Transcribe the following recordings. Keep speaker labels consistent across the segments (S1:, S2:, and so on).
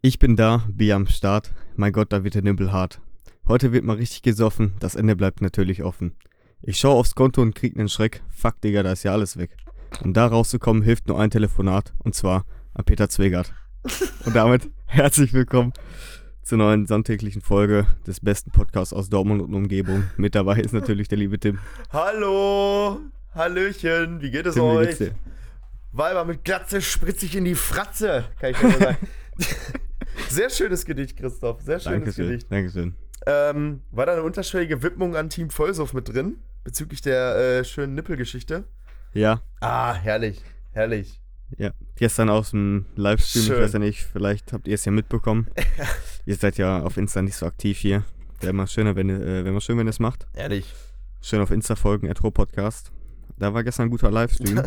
S1: Ich bin da, Bier am Start. Mein Gott, da wird der Nimbel hart. Heute wird mal richtig gesoffen, das Ende bleibt natürlich offen. Ich schaue aufs Konto und krieg nen Schreck. Fuck, Digga, da ist ja alles weg. Um da rauszukommen, hilft nur ein Telefonat. Und zwar an Peter Zwegert. Und damit herzlich willkommen zur neuen sonntäglichen Folge des besten Podcasts aus Dortmund und Umgebung. Mit dabei ist natürlich der liebe Tim.
S2: Hallo, Hallöchen, wie geht es
S1: Tim, wie
S2: euch?
S1: geht's dir?
S2: Weiber mit Glatze spritze ich in die Fratze, kann ich nur sagen. Sehr schönes Gedicht, Christoph, sehr schönes
S1: Dankeschön.
S2: Gedicht.
S1: Dankeschön.
S2: Ähm, war da eine unterschwellige Widmung an Team Vollsoff mit drin, bezüglich der äh, schönen Nippelgeschichte?
S1: Ja,
S2: Ah, herrlich, herrlich.
S1: Ja, gestern aus dem Livestream,
S2: Schön.
S1: ich weiß ja nicht, vielleicht habt ihr es ja mitbekommen. ihr seid ja auf Insta nicht so aktiv hier. Wäre mal schöner, wenn, ihr- äh, wär mal schön, wenn ihr es macht.
S2: Ehrlich.
S1: Schön auf Insta folgen, Atro Podcast. Da war gestern ein guter Livestream.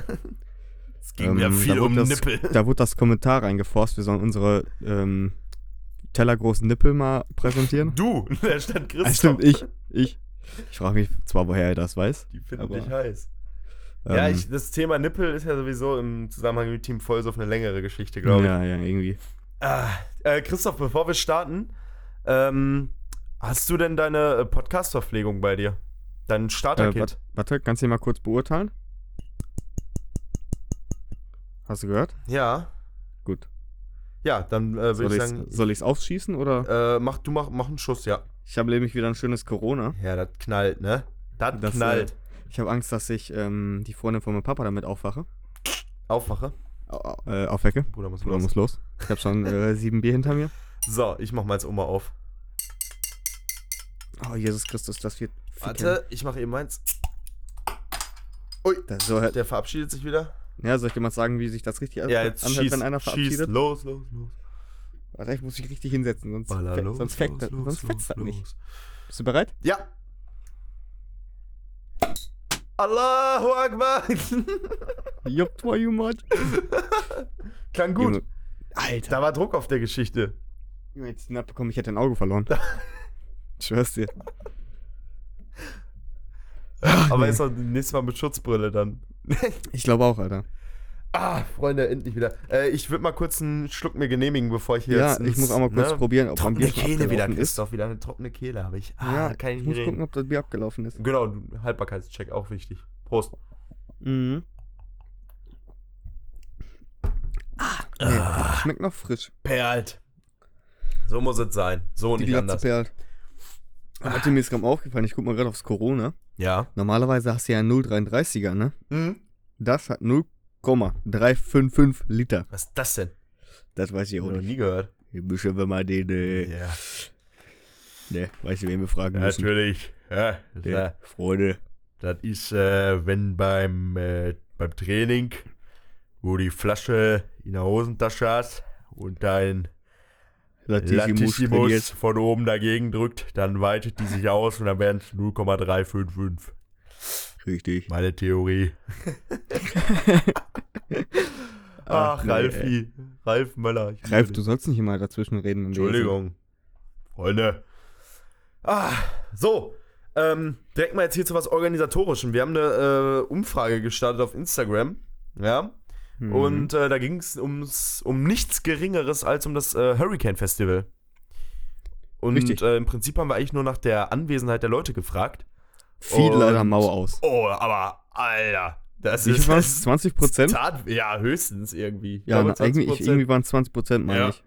S2: Es
S1: Ähm, da
S2: um
S1: wurde das, Da wurde das Kommentar reingeforst, wir sollen unsere ähm, tellergroßen Nippel mal präsentieren.
S2: Du, da stand Christoph.
S1: Ah, stimmt, ich. Ich, ich frage mich zwar, woher er das weiß.
S2: Die finden
S1: aber-
S2: dich heiß.
S1: Ähm,
S2: ja, ich, das Thema Nippel ist ja sowieso im Zusammenhang mit Team Vollsoff eine längere Geschichte, glaube ich.
S1: ja, ja, irgendwie.
S2: Ah, äh, Christoph, bevor wir starten, ähm, hast du denn deine äh, Podcast-Verpflegung bei dir? Dein
S1: Äh,
S2: Starter-Kit?
S1: wat, warte, kannst du ihn mal kurz beurteilen? Hast du gehört?
S2: ja.
S1: Gut.
S2: Ja, dann äh,
S1: Soll
S2: würde ich
S1: ich's-
S2: sagen,
S1: soll ich's aufschießen oder?
S2: äh, mach, du mach, mach einen Schuss, ja.
S1: Ich habe nämlich wieder ein schönes Corona.
S2: Ja, das knallt, ne? Das,
S1: Das, äh,
S2: knallt.
S1: Ich habe Angst, dass ich ähm, die Freundin von meinem Papa damit aufwache.
S2: Aufwache.
S1: Au- au- Äh, aufwecke.
S2: Bruder muss
S1: Oder
S2: los.
S1: muss los. Ich habe schon äh, sieben Bier hinter mir.
S2: So, ich mach mal jetzt Oma auf.
S1: Oh, Jesus Christus, das wird.
S2: Warte, ich mache eben meins.
S1: ficken. Das soll halt,
S2: Der verabschiedet sich wieder.
S1: ja, soll ich dir mal sagen, wie sich das richtig an-
S2: Ja, jetzt
S1: anhört,
S2: schießt,
S1: wenn einer
S2: schießt.
S1: verabschiedet?
S2: Los, los, los.
S1: Warte, ich muss mich richtig hinsetzen, sonst,
S2: Baller
S1: fe-
S2: los,
S1: sonst, feckt,
S2: los, los,
S1: sonst fetzt das
S2: los,
S1: nicht.
S2: los.
S1: Bist du bereit?
S2: Ja. Allahu Akbar.
S1: Jupp, war you much.
S2: Klang gut.
S1: Junge. Alter.
S2: Da war Druck auf der Geschichte.
S1: Junge, Jetzt den abbekommen, ich hätte ein Auge verloren. Ich Schwör's dir.
S2: Aber ist doch nächstes Mal mit Schutzbrille dann.
S1: Ich glaube auch, Alter.
S2: Ah, Freunde, endlich wieder. Äh, ich würde mal kurz einen Schluck mir genehmigen, bevor ich hier
S1: ja,
S2: jetzt. ne?
S1: ich muss auch mal kurz probieren, ob mein
S2: Trockene
S1: Bier schon
S2: Kehle wieder,
S1: abgelaufen ist.
S2: Christoph. Wieder eine trockene Kehle habe ich. Ah,
S1: Ja,
S2: kann
S1: ich
S2: ich nicht
S1: muss gucken,
S2: reden.
S1: ob das Bier abgelaufen ist.
S2: Genau, Haltbarkeitscheck auch wichtig. Prost.
S1: Mhm. Ah, nee, schmeckt noch frisch.
S2: Perlt. So muss es sein. So und
S1: Die
S2: nicht
S1: Glatze
S2: anders. Ah.
S1: perlt. Aber Tim, mir ist gerade mal aufgefallen, ich guck mal gerade aufs Corona.
S2: Ja.
S1: Normalerweise hast du ja einen 0,33er, ne?
S2: Mhm.
S1: Das hat 0,355 Liter.
S2: Was ist das denn?
S1: Das weiß ich auch
S2: Noch
S1: nicht.
S2: nie gehört.
S1: Hier müssen wir mal den, äh,
S2: Ja.
S1: ne, weiß ich, wen wir fragen müssen.
S2: Natürlich. Ja,
S1: Der Freunde.
S2: Das ist, äh, wenn beim, äh, beim Training, wo die Flasche in der Hosentasche hast und dein
S1: Latissimus
S2: Latissimus
S1: trainiert.
S2: von oben dagegen drückt, dann weitet die sich aus und dann werden es 0,355.
S1: Richtig.
S2: Meine Theorie. Ach,
S1: nee,
S2: Ralfi. Ralf Möller. ich liebe
S1: Ralf,
S2: dich.
S1: du sollst nicht immer dazwischen reden. wenn wir hier
S2: Entschuldigung. Freunde. Ah, so. Ähm, direkt mal jetzt hier zu was Organisatorischem. Wir haben eine äh, Umfrage gestartet auf Instagram. Ja.
S1: sind. Mhm.
S2: Und äh, da ging es ums um nichts Geringeres als um das äh, Hurricane Festival. Und
S1: Richtig.
S2: äh, im Prinzip haben wir eigentlich nur nach der Anwesenheit der Leute gefragt.
S1: fiel
S2: und-
S1: leider Mauer aus.
S2: Oh, aber Alter, das
S1: Wie
S2: ist
S1: viel waren es?
S2: das
S1: 20 Prozent?
S2: Tat, ja höchstens irgendwie. Ich
S1: Ja,
S2: glaube,
S1: na, irgendwie, ich,
S2: 20%.
S1: irgendwie waren es 20 Prozent, meine
S2: Ja.
S1: ich.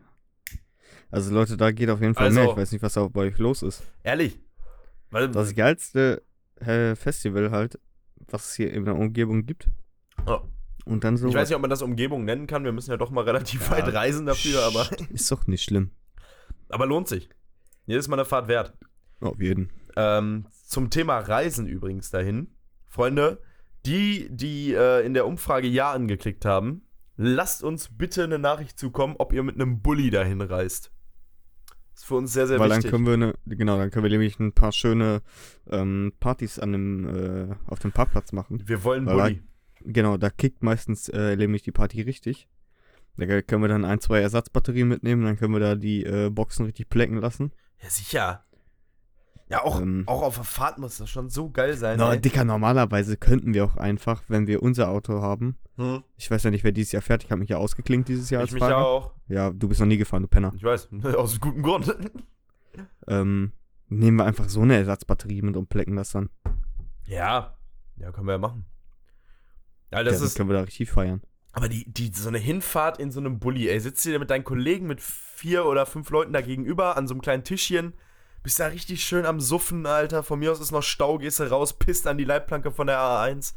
S1: Also Leute, da geht auf jeden Fall mehr.
S2: Also-
S1: Ich weiß nicht, was da bei euch los ist.
S2: Ehrlich. Weil,
S1: Das geilste äh, Festival halt, was es hier in der Umgebung gibt.
S2: oh.
S1: Und dann so.
S2: Ich weiß nicht, ob man das Umgebung nennen kann. Wir müssen ja doch mal relativ
S1: Ja.
S2: weit reisen dafür, aber,
S1: Ist doch nicht schlimm.
S2: aber lohnt sich. Jedes Mal eine Fahrt wert.
S1: Auf jeden.
S2: Ähm, zum Thema Reisen übrigens dahin. Freunde, die, die äh, in der Umfrage Ja angeklickt haben, lasst uns bitte eine Nachricht zukommen, ob ihr mit einem Bulli dahin reist. Ist für uns sehr, sehr
S1: Weil dann
S2: wichtig.
S1: können wir ne, genau, dann können wir nämlich ein paar schöne ähm, Partys an dem, äh, auf dem Parkplatz machen.
S2: wir wollen
S1: Weil
S2: Bulli.
S1: Genau, da kickt meistens äh, nämlich die Party richtig. Da können wir dann ein, zwei Ersatzbatterien mitnehmen, dann können wir da die äh, Boxen richtig plecken lassen.
S2: Ja, sicher. Ja, auch,
S1: Ähm.
S2: auch auf der Fahrt muss das schon so geil sein.
S1: Na,
S2: ey.
S1: Dicker, normalerweise könnten wir auch einfach, wenn wir unser Auto haben,
S2: Hm.
S1: ich weiß ja nicht, wer dieses Jahr fährt, ich habe mich ja ausgeklinkt dieses Jahr
S2: Ich
S1: als
S2: mich
S1: Fahrer.
S2: auch.
S1: Ja, du bist noch nie gefahren, du Penner.
S2: Ich weiß, aus gutem Grund.
S1: Ähm, nehmen wir einfach so eine Ersatzbatterie mit und plecken das dann.
S2: ja, ja, können wir ja machen. Ja, das
S1: ja,
S2: ist,
S1: können wir da richtig feiern.
S2: aber die, die, so eine Hinfahrt in so einem Bulli, ey, sitzt du da mit deinen Kollegen mit vier oder fünf Leuten da gegenüber an so einem kleinen Tischchen, bist da richtig schön am Suffen, Alter, von mir aus ist noch Stau, gehst du raus, pisst an die Leitplanke von der A1.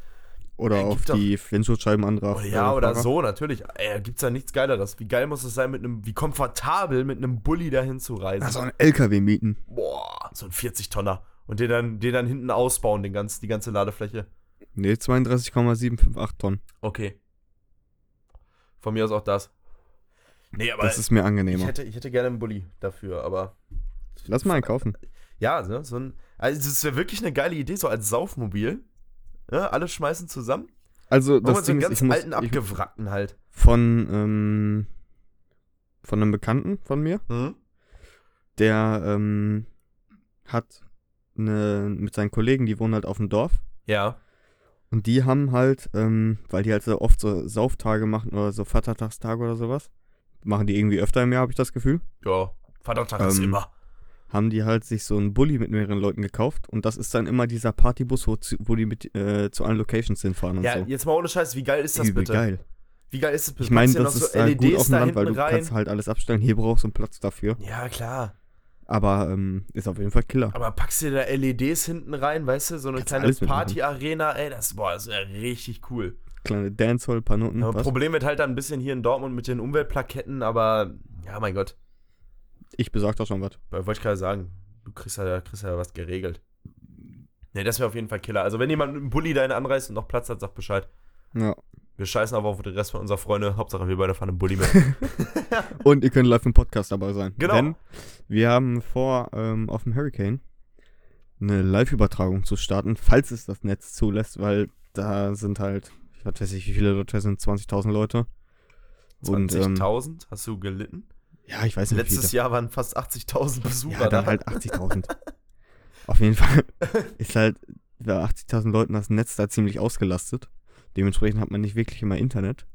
S1: Oder
S2: Ey,
S1: auf
S2: gibt doch-
S1: die Windschutzscheiben anderer.
S2: Oder
S1: äh,
S2: ja, oder
S1: Fahrer.
S2: so, natürlich. Ey, gibt's da nichts Geileres. Wie geil muss es sein, mit einem, wie komfortabel mit einem Bulli dahin zu reisen.
S1: Lass auch einen LKW mieten.
S2: Boah, so ein 40-Tonner. Und den dann, den dann hinten ausbauen, den ganz, die ganze Ladefläche.
S1: Nee, 32,758 Tonnen.
S2: Okay. Von mir aus auch das. Nee, aber
S1: Das ist mir
S2: ich,
S1: angenehmer.
S2: hätte, ich hätte gerne einen Bulli dafür, aber.
S1: Lass mal einen kaufen.
S2: Ja, so, so ein. Also, es wäre wirklich eine geile Idee, so als Saufmobil. Ja, alle schmeißen zusammen.
S1: Also,
S2: Machen
S1: das
S2: wir so
S1: Ding
S2: einen
S1: ist,
S2: ganz
S1: ich muss
S2: alten,
S1: ich,
S2: abgewrackten halt.
S1: von, ähm, von einem Bekannten von mir,
S2: Hm?
S1: der ähm, hat eine, mit seinen Kollegen, die wohnen halt auf dem Dorf.
S2: Ja.
S1: Und die haben halt, ähm, weil die halt so oft so Sauftage machen oder so Vatertagstage oder sowas, machen die irgendwie öfter im Jahr, habe ich das Gefühl,
S2: Ja. Vatertag ist
S1: Ähm,
S2: immer.
S1: haben die halt sich so einen Bulli mit mehreren Leuten gekauft. Und das ist dann immer dieser Partybus, wo, zu- wo die mit äh, zu allen Locations hinfahren und
S2: Ja,
S1: so.
S2: jetzt mal ohne Scheiß, wie geil ist das
S1: Übel
S2: bitte?
S1: geil.
S2: Wie geil ist das bitte?
S1: Ich meine,
S2: Packst dir
S1: das
S2: noch E
S1: ist äh, gut auf dem Land, weil du
S2: rein?
S1: kannst halt alles abstellen. Hier brauchst du einen Platz dafür.
S2: Ja, klar.
S1: Aber ähm, ist auf jeden Fall Killer.
S2: Aber packst dir da LEDs hinten rein, weißt du, so eine
S1: Kannst
S2: kleine
S1: alles mitmachen.
S2: Party-Arena, ey, das, boah, das wäre richtig cool.
S1: Kleine Dancehall, paar Noten.
S2: Aber
S1: Hm, was?
S2: Problem wird halt dann ein bisschen hier in Dortmund mit den Umweltplaketten, aber ja, mein Gott,
S1: Ich besag doch schon was.
S2: wollte ich gerade sagen, du kriegst ja, kriegst ja was geregelt. Ne, das wäre auf jeden Fall Killer. Also, wenn jemand mit einem Bulli dahin anreist und noch Platz hat, sag Bescheid.
S1: Ja.
S2: Wir scheißen aber auf den Rest von unserer Freunde. Hauptsache, wir beide fahren einen Bulli mit.
S1: Und ihr könnt live im Podcast dabei sein.
S2: Genau.
S1: Denn wir haben vor, ähm, auf dem Hurricane eine Live-Übertragung zu starten, falls es das Netz zulässt, weil da sind halt, ich weiß nicht, wie viele Leute sind, 20.000 Leute. Und ähm,
S2: 20.000? hast du gelitten?
S1: ja, ich weiß nicht, wie viele.
S2: Letztes ne? Jahr waren fast 80.000 Besucher
S1: Ja, dann
S2: da.
S1: halt 80.000. Auf jeden Fall ist halt bei 80.000 Leuten das Netz da ziemlich ausgelastet. Dementsprechend hat man nicht wirklich immer Internet.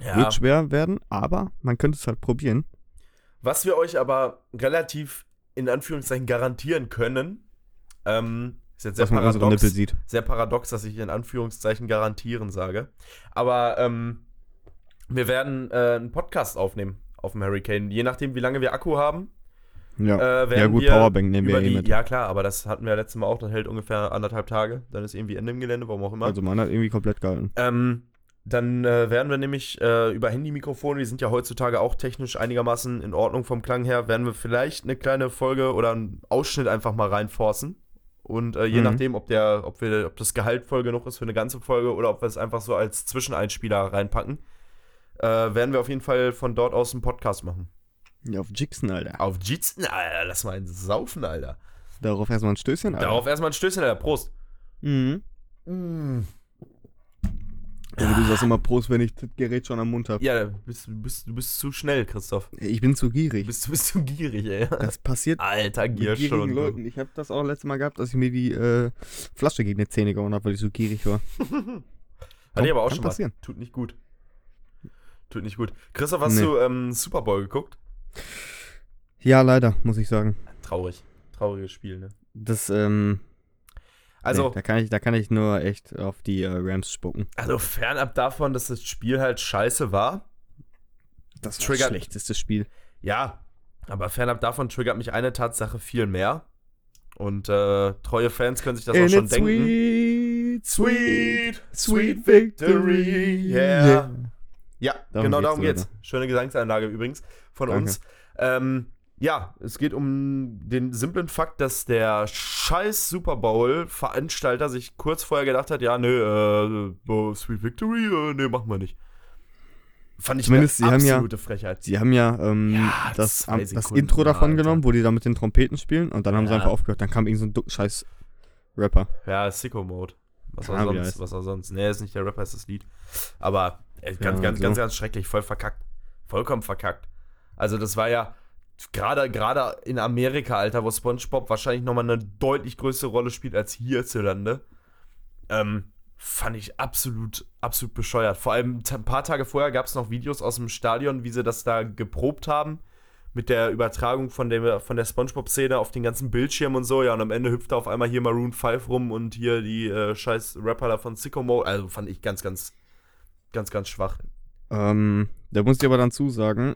S2: ja.
S1: Wird schwer werden, aber man könnte es halt probieren.
S2: Was wir euch aber relativ in Anführungszeichen garantieren können, ähm, ist jetzt sehr
S1: dass man unsere Nippel
S2: paradox,
S1: sieht.
S2: sehr paradox, dass ich in Anführungszeichen garantieren sage. Aber ähm, wir werden äh, einen Podcast aufnehmen auf dem Hurricane. Je nachdem, wie lange wir Akku haben, äh,
S1: Ja,
S2: werden
S1: ja gut,
S2: wir
S1: Powerbank nehmen wir
S2: über
S1: eh
S2: die,
S1: mit.
S2: Ja klar, aber das hatten wir ja letztes Mal auch. Das hält ungefähr anderthalb Tage. Dann ist irgendwie Ende im Gelände, warum auch immer.
S1: Also man hat irgendwie komplett gehalten.
S2: Ähm, dann äh, werden wir nämlich äh, über Handy-Mikrofone, die sind ja heutzutage auch technisch einigermaßen in Ordnung vom Klang her, werden wir vielleicht eine kleine Folge oder einen Ausschnitt einfach mal reinforcen. Und äh, je
S1: Mhm.
S2: nachdem, ob, der, ob, wir, ob das Gehalt voll genug ist für eine ganze Folge oder ob wir es einfach so als Zwischeneinspieler reinpacken, äh, werden wir auf jeden Fall von dort aus einen Podcast machen.
S1: Ja, auf Jixen, Alter.
S2: Auf Jitzen, Alter, lass mal einen saufen, Alter.
S1: Darauf erstmal ein Stößchen, Alter.
S2: Darauf erstmal ein Stößchen, Alter. Prost.
S1: Mhm. Aber du sagst immer Prost, wenn ich das Gerät schon am Mund habe.
S2: Ja, du bist, du bist, du bist zu schnell, Christoph.
S1: Ich bin zu
S2: Du
S1: gierig.
S2: bist, Ah, du bist zu gierig, ey.
S1: Das passiert
S2: Alter,
S1: mit gierigen
S2: Gierstunden.
S1: Leuten. Ich habe das auch letztes Mal gehabt, dass ich mir die äh, Flasche gegen die Zähne gehauen habe, weil ich so gierig war.
S2: Hatte ich aber auch
S1: Kann
S2: schon
S1: passieren.
S2: mal. Tut nicht gut. Tut nicht gut. Christoph, hast
S1: Nee.
S2: du ähm, Super Bowl geguckt?
S1: Ja, leider, muss ich sagen.
S2: Traurig. Trauriges Spiel, ne?
S1: Das, ähm,
S2: Also,
S1: nee, da, kann ich, da kann ich nur echt auf die äh, Rams spucken.
S2: also fernab davon, dass das Spiel halt scheiße war.
S1: Das
S2: war triggert-
S1: schlechteste Spiel.
S2: Ja, aber fernab davon triggert mich eine Tatsache viel mehr. Und äh, treue Fans können sich das auch schon denken.
S1: sweet,
S2: sweet yeah. Ja,
S1: Darum
S2: genau
S1: geht's
S2: darum
S1: leider.
S2: geht's. Schöne Gesangseinlage übrigens von
S1: Danke.
S2: uns. Ähm, ja, es geht um den simplen Fakt, dass der scheiß Super Bowl-Veranstalter sich kurz vorher gedacht hat, ja, nee, äh, oh, Sweet Victory, äh, nee, machen wir nicht. Fand ich
S1: Zumindest sie
S2: eine
S1: haben ja-
S2: absolute Frechheit.
S1: Sie haben ja, ähm,
S2: Ja,
S1: das,
S2: zwei
S1: am- das
S2: Sekunden,
S1: Intro davon
S2: Alter.
S1: genommen, wo die da mit den Trompeten spielen und dann haben sie
S2: Ja.
S1: einfach aufgehört. Dann kam irgend so ein duck- scheiß Rapper.
S2: Ja, Sicko Mode. Was auch
S1: Ah, wie
S2: sonst,
S1: heißt-
S2: was auch sonst. Nee, ist nicht der Rapper, ist das Lied. Aber äh, ganz,
S1: Ja,
S2: ganz,
S1: so.
S2: ganz, ganz schrecklich, voll verkackt. Vollkommen verkackt. Also das war ja, Gerade, gerade in Amerika, Alter, wo Spongebob wahrscheinlich nochmal eine deutlich größere Rolle spielt als hierzulande. Ähm, fand ich absolut, absolut bescheuert. Vor allem t- ein paar Tage vorher gab es noch Videos aus dem Stadion, wie sie das da geprobt haben. Mit der Übertragung von, dem, von der Spongebob-Szene auf den ganzen Bildschirm und so. Ja, und am Ende hüpfte auf einmal hier Maroon 5 rum und hier die äh, scheiß Rapper da von Sycamore. Also fand ich ganz, ganz, ganz, ganz schwach.
S1: Ähm, da muss ich aber dann zusagen,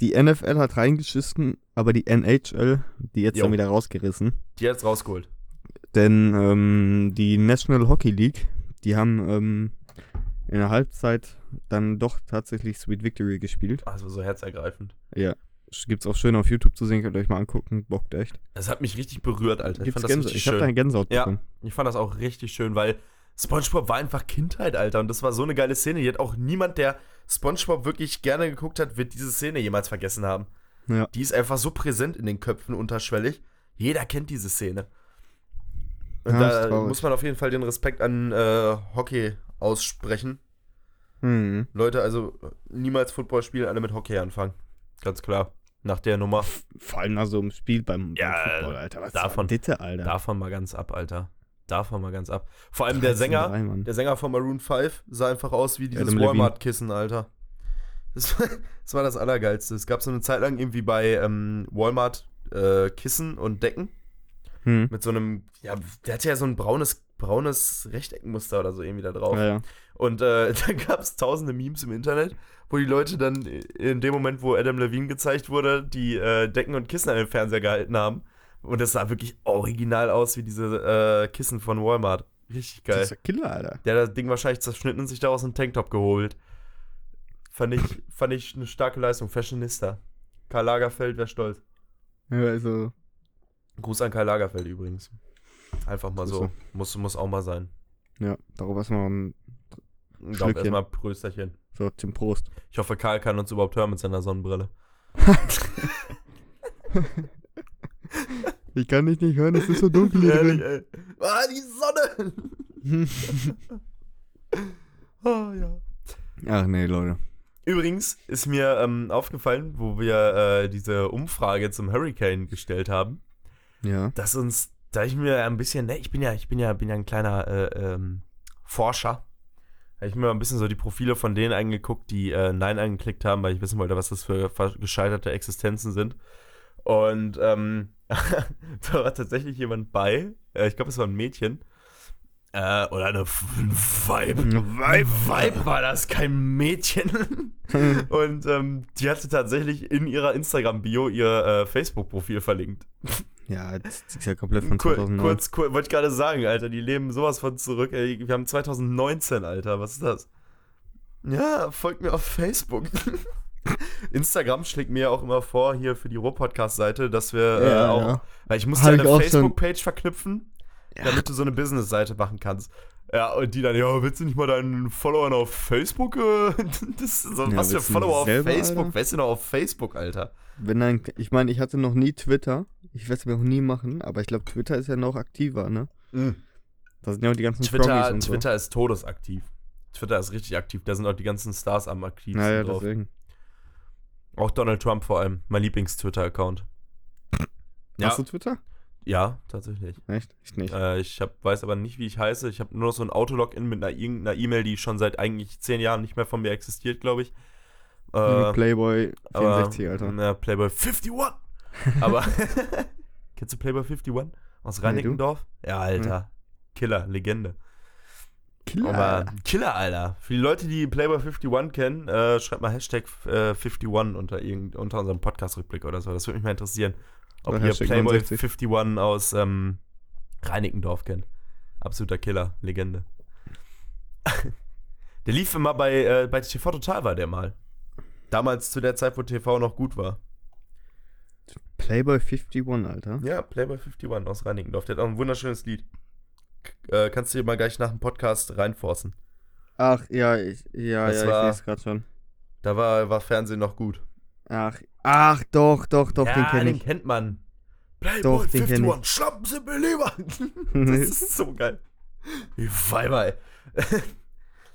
S1: die NFL hat reingeschissen, aber die NHL, die jetzt
S2: Jo.
S1: dann wieder rausgerissen.
S2: Die hat's rausgeholt.
S1: Denn ähm, die National Hockey League, die haben ähm, in der Halbzeit dann doch tatsächlich Sweet Victory gespielt.
S2: Also so herzergreifend.
S1: Gibt's auch schön auf YouTube zu sehen, könnt ihr euch mal angucken, bockt echt.
S2: Das hat mich richtig berührt, Alter. Ich
S1: Gibt's
S2: fand, das
S1: Gänse
S2: richtig
S1: ich habe
S2: schön.
S1: da eine Gänsehaut
S2: Ja.
S1: bekommen.
S2: ich fand das auch richtig schön, weil SpongeBob war einfach Kindheit, Alter. Und das war so eine geile Szene. Die hat auch niemand, der SpongeBob wirklich gerne geguckt hat, wird diese Szene jemals vergessen haben.
S1: Ja.
S2: Die ist einfach so präsent in den Köpfen unterschwellig. Jeder kennt diese Szene. Und
S1: Ja, ist
S2: da
S1: traurig.
S2: muss man auf jeden Fall den Respekt an äh, Hockey aussprechen.
S1: Hm.
S2: Leute, also niemals Football spielen, alle mit Hockey anfangen. Ganz klar. Nach der Nummer.
S1: Vor allem also im Spiel beim, beim
S2: Ja,
S1: Football, Alter. Was
S2: davon-
S1: Ditte, Alter.
S2: Davon mal ganz ab, Alter. Davon mal ganz ab. Vor allem der Sänger.
S1: 13-3, Mann.
S2: Der Sänger von Maroon 5 sah einfach aus wie dieses
S1: Adam Levine.
S2: Walmart-Kissen, Alter. Das war, das war das Allergeilste. Es gab so eine Zeit lang irgendwie bei ähm, Walmart äh, Kissen und Decken
S1: Hm.
S2: mit so einem, ja, der hatte ja so ein braunes, braunes Rechteckmuster oder so irgendwie da drauf.
S1: Ja, ja.
S2: Und äh, da gab es tausende Memes im Internet, wo die Leute dann in dem Moment, wo Adam Levine gezeigt wurde, die äh, Decken und Kissen an den Fernseher gehalten haben. Und das sah wirklich original aus wie diese äh, Kissen von Walmart. Richtig geil.
S1: Das ist der Killer, Alter.
S2: Der hat das Ding wahrscheinlich zerschnitten und sich daraus einen Tanktop geholt. Fand ich, fand ich eine starke Leistung. Fashionista. Karl Lagerfeld wäre stolz.
S1: Ja, also.
S2: Gruß an Karl Lagerfeld übrigens. Einfach mal so.
S1: Grüße.
S2: Muss, muss auch mal sein.
S1: Ja, darüber ist man
S2: Ich glaube,
S1: Schlückchen.
S2: erstmal Prösterchen.
S1: so zum Prost.
S2: Ich hoffe, Karl kann uns überhaupt hören mit seiner Sonnenbrille.
S1: Ich kann dich nicht hören, es ist so dunkel hier
S2: Ehrlich,
S1: drin.
S2: ey. Ah, die Sonne! Ah, ja.
S1: Ach nee, Leute.
S2: Übrigens ist mir ähm, aufgefallen, wo wir äh, diese Umfrage zum Hurricane gestellt haben.
S1: Ja.
S2: dass uns, da ich mir ein bisschen, ne, ich bin ja, ich bin ja, bin ja ein kleiner äh, ähm, Forscher. Da ich mir ein bisschen so die Profile von denen angeguckt, die äh, Nein angeklickt haben, weil ich wissen wollte, was das für ver- gescheiterte Existenzen sind. Und ähm, da war tatsächlich jemand bei, äh, ich glaube, es war ein Mädchen. Äh, oder eine, F- ein Weib. Ein Weib war das, kein Mädchen. Und ähm, die hatte tatsächlich in ihrer Instagram-Bio ihr äh, Facebook-Profil verlinkt.
S1: Ja, das ist ja komplett von
S2: Kur
S1: 2009.
S2: kurz, kur wollte ich gerade sagen, Alter, die leben sowas von zurück. Ey, wir haben 2019, Alter, was ist das? Ja, folgt mir auf Facebook. Instagram schlägt mir ja auch immer vor, hier für die Ruhr-Podcast-Seite, dass wir äh, auch. Weil ich muss
S1: Hab
S2: ja
S1: ich
S2: eine
S1: auch schon.
S2: Facebook-Page verknüpfen, damit du so eine Business-Seite machen kannst. Ja, und die dann, ja, willst du nicht mal deinen Followern auf Facebook? äh, Das ist so,
S1: Ja,
S2: was für
S1: willst du
S2: Follower auf
S1: selber,
S2: Facebook?
S1: Alter?
S2: Wer ist denn noch auf Facebook, Alter?
S1: Wenn dann, ich meine, ich hatte noch nie Twitter. Ich werde es mir auch nie machen, aber ich glaube, Twitter ist ja noch aktiver, ne? Da sind ja auch die ganzen Promis
S2: Twitter,
S1: und so.
S2: Twitter ist todesaktiv. Twitter ist richtig aktiv. Da sind auch die ganzen Stars am aktivsten
S1: Naja,
S2: drauf.
S1: deswegen.
S2: Auch Donald Trump vor allem. Mein Lieblings-Twitter-Account. Ja.
S1: Hast du Twitter?
S2: Ja, tatsächlich.
S1: Echt? Ich nicht.
S2: Äh, ich hab, weiß aber nicht, wie ich heiße. Ich habe nur noch so ein Autologin mit einer irgendeiner E-Mail, die schon seit eigentlich zehn Jahren nicht mehr von mir existiert, glaube ich. Äh,
S1: Playboy
S2: aber-
S1: 64, Hm, Alter.
S2: Na, Playboy 51! Aber. kennst du Playboy 51? Aus
S1: Nee, Hm.
S2: Reinickendorf? ja, Alter. Killer, Legende.
S1: Killer.
S2: Aber
S1: Alter.
S2: Äh, Killer, Alter. Für die Leute, die Playboy 51 kennen, äh, schreibt mal Hashtag äh, 51 unter, irgend, unter unserem Podcast-Rückblick oder so. Das würde mich mal interessieren, ob
S1: Oder
S2: ihr
S1: Hashtag
S2: Playboy
S1: 69.
S2: 51 aus ähm, Reinickendorf kennt. Absoluter Killer, Legende. der lief immer bei, äh, bei TV Total, war der mal. Damals zu der Zeit, wo TV noch gut war.
S1: Playboy 51, Alter.
S2: Ja, Playboy 51 aus Reinickendorf. Der hat auch ein wunderschönes Lied. K äh, kannst du dir mal gleich nach dem Podcast reinforcen.
S1: Ach, ja, ich, ja,
S2: Das
S1: ja, ich
S2: war-
S1: sehe es gerade schon.
S2: Da war, war Fernsehen noch gut.
S1: Ach, ach, doch, doch, doch, den kenne
S2: den
S1: ich.
S2: kennt man.
S1: Doch, den kenn ich.
S2: Schlappen Sie mir lieber. Das ist so geil. Die Weiber, ey.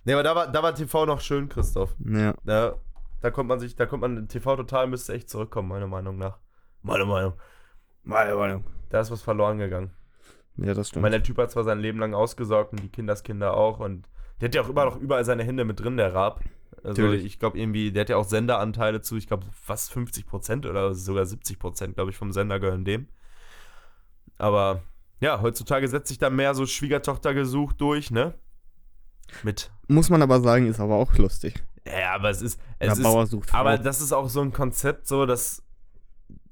S2: nee, aber da war, da war TV noch schön, Christoph.
S1: ja,
S2: Da, Da kommt man sich, da kommt man, TV Total müsste echt zurückkommen, meiner Meinung nach. Meine Meinung.
S1: Meine Meinung.
S2: Da ist was verloren gegangen.
S1: Ja, das
S2: Ich
S1: stimmt.
S2: meine, der Typ hat zwar sein Leben lang ausgesaugt und die Kinderskinder auch und der hat ja auch immer noch überall seine Hände mit drin, der Raab. Also
S1: Natürlich.
S2: ich glaube irgendwie, der hat ja auch Senderanteile zu, ich glaube fast 50% oder sogar 70%, glaube ich, vom Sender gehören dem. Aber ja, heutzutage setzt sich da mehr so Schwiegertochter gesucht durch, ne? Mit.
S1: Muss man aber sagen, ist aber auch lustig.
S2: Ja, aber es ist.
S1: der
S2: Es ist
S1: Bauer sucht Frau.
S2: aber das ist auch so ein Konzept, so dass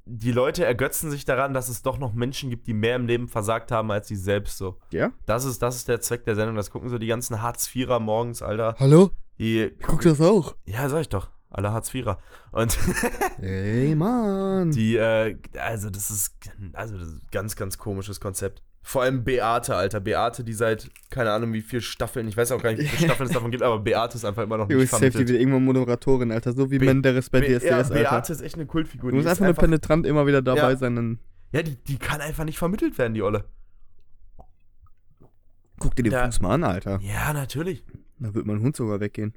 S2: die Leute ergötzen sich daran, dass es doch noch Menschen gibt, die mehr im Leben versagt haben als sie selbst so.
S1: ja?
S2: Das ist, das ist der Zweck der Sendung. Das gucken so die ganzen Hartz-Vierer morgens, Alter.
S1: Hallo?
S2: Die,
S1: Guck das auch.
S2: ja, sag ich doch. Alle Hartz-Vierer. Und
S1: Ey, Mann.
S2: die, äh, also das ist, also das ist ein ganz, ganz komisches Konzept. Vor allem Beate, Alter. Beate, die seit, keine Ahnung, wie viele Staffeln, ich weiß auch gar nicht, wie viele Staffeln es davon gibt, aber Beate ist einfach immer noch
S1: Junge,
S2: nicht
S1: safe, die
S2: vermittelt.
S1: wird irgendwann Moderatorin, Alter. So wie
S2: Be-
S1: Menderes bei
S2: Be-
S1: DSDS,
S2: ja,
S1: Alter.
S2: Beate ist echt eine Kultfigur.
S1: Du musst
S2: die ist
S1: einfach nur penetrant immer wieder dabei
S2: Ja.
S1: sein. Dann
S2: ja, die, die kann einfach nicht vermittelt werden, die Olle.
S1: guck dir den
S2: Ja.
S1: Fuß mal an, Alter.
S2: Ja, natürlich.
S1: Da wird mein Hund sogar weggehen.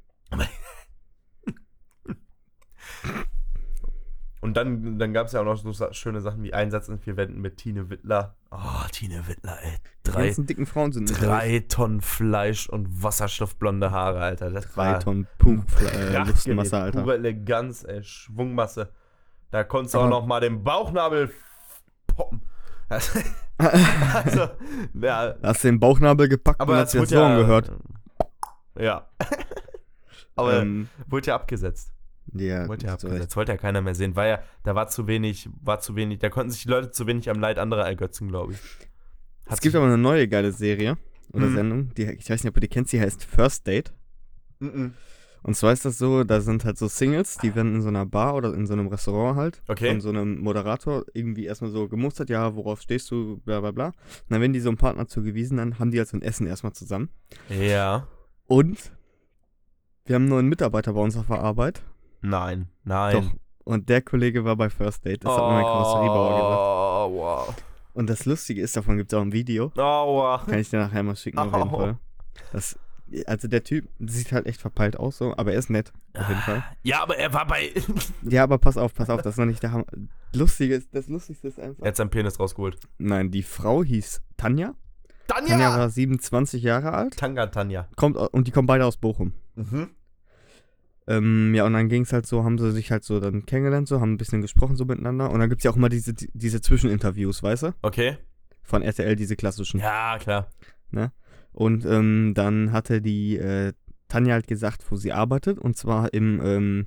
S2: Und dann, dann gab es ja auch noch so sa- schöne Sachen wie Einsatz in vier Wänden mit Tine Wittler. Oh, Tine Wittler, ey.
S1: Die
S2: Drei,
S1: ganzen dicken Frauen sind
S2: drei Tonnen Fleisch und wasserstoffblonde Haare, Alter. Das
S1: Drei
S2: war
S1: Tonnen Puh, äh,
S2: Pracht gewesen.
S1: Luftmasse, Alter.
S2: Pure Eleganz, ey. Schwungmasse. Da konntest du auch
S1: Aber-
S2: noch mal den Bauchnabel f- poppen. Also, also ja.
S1: Hast den Bauchnabel gepackt
S2: Aber
S1: und hast
S2: das
S1: den
S2: wurde
S1: Song
S2: ja,
S1: gehört.
S2: Ja. Aber
S1: ähm,
S2: wurde ja abgesetzt.
S1: ja,
S2: Wollte ja
S1: hast du recht.
S2: abgesetzt, wollte ja keiner mehr sehen, weil ja, da war zu wenig, war zu wenig, da konnten sich die Leute zu wenig am Leid anderer ergötzen, glaube ich.
S1: Es gibt aber eine neue geile Serie oder
S2: Mhm.
S1: Sendung, die, ich weiß nicht, ob du die kennst, die heißt First Date.
S2: Mhm.
S1: Und zwar ist das so, da sind halt so Singles, die werden in so einer Bar oder in so einem Restaurant halt
S2: Okay.
S1: von so einem Moderator irgendwie erstmal so gemustert, ja, worauf stehst du, bla bla bla. Und dann werden die so einem Partner zugewiesen, dann haben die halt so ein Essen erstmal zusammen.
S2: Ja.
S1: Und wir haben einen neuen Mitarbeiter bei uns auf der Arbeit.
S2: Nein, nein.
S1: Doch. Und der Kollege war bei First Date, das hat mir mein Karosseriebauer gesagt.
S2: Aua.
S1: Und das Lustige ist, davon gibt es auch ein Video.
S2: Aua.
S1: Kann ich dir nachher mal schicken, auf jeden
S2: Au.
S1: Fall. Das, also der Typ sieht halt echt verpeilt aus so, aber er ist nett, auf jeden Fall.
S2: Ja, aber er war bei. er
S1: Ja, aber pass auf, pass auf, das ist noch nicht der Hammer. Lustige ist, das Lustigste ist einfach.
S2: hat seinen Penis rausgeholt.
S1: Nein, die Frau hieß Tanja. Tanja
S2: Tanja!
S1: war 27 Jahre alt
S2: Tanga Tanja.
S1: kommt, au- und die kommen beide aus Bochum.
S2: Mhm.
S1: Ähm, ja, und dann ging es halt so, haben sie sich halt so dann kennengelernt, so haben ein bisschen gesprochen so miteinander. Und dann gibt es ja auch immer diese, diese Zwischeninterviews, weißt du?
S2: Okay.
S1: Von RTL, diese klassischen.
S2: Ja, klar.
S1: Und ähm, dann hatte die äh, Tanja halt gesagt, wo sie arbeitet. Und zwar im, ähm,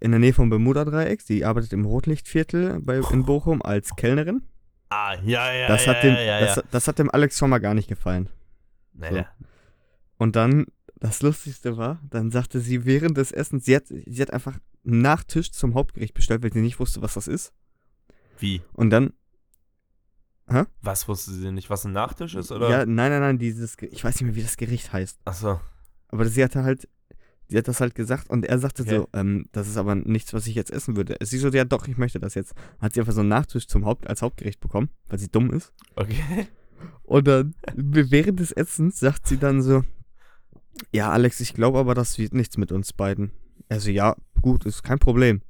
S1: in der Nähe vom Bermuda-Dreieck. Sie arbeitet im Rotlichtviertel bei, in Bochum als Kellnerin.
S2: Ah, ja, ja.
S1: Das
S2: ja,
S1: hat dem,
S2: ja, ja.
S1: das, das hat dem Alex schon mal gar nicht gefallen.
S2: nee,
S1: so.
S2: nee.
S1: Und dann, das Lustigste war, dann sagte sie während des Essens, sie hat, sie hat einfach einen Nachtisch zum Hauptgericht bestellt, weil sie nicht wusste, was das ist.
S2: Wie?
S1: Und dann,
S2: Was wusste sie nicht, was ein Nachtisch ist? Oder?
S1: ja, nein, nein, nein, dieses, Ge- ich weiß nicht mehr, wie das Gericht heißt.
S2: Achso.
S1: Aber sie hatte halt, sie hat das halt gesagt und er sagte
S2: Okay.
S1: so, ähm, das ist aber nichts, was ich jetzt essen würde. Sie so, ja doch, ich möchte das jetzt. Hat sie einfach so einen Nachtisch zum Haupt, als Hauptgericht bekommen, weil sie dumm ist.
S2: Okay.
S1: Und dann, während des Essens sagt sie dann so, ja, Alex, ich glaube aber, das wird nichts mit uns beiden. Also ja, gut, ist kein Problem.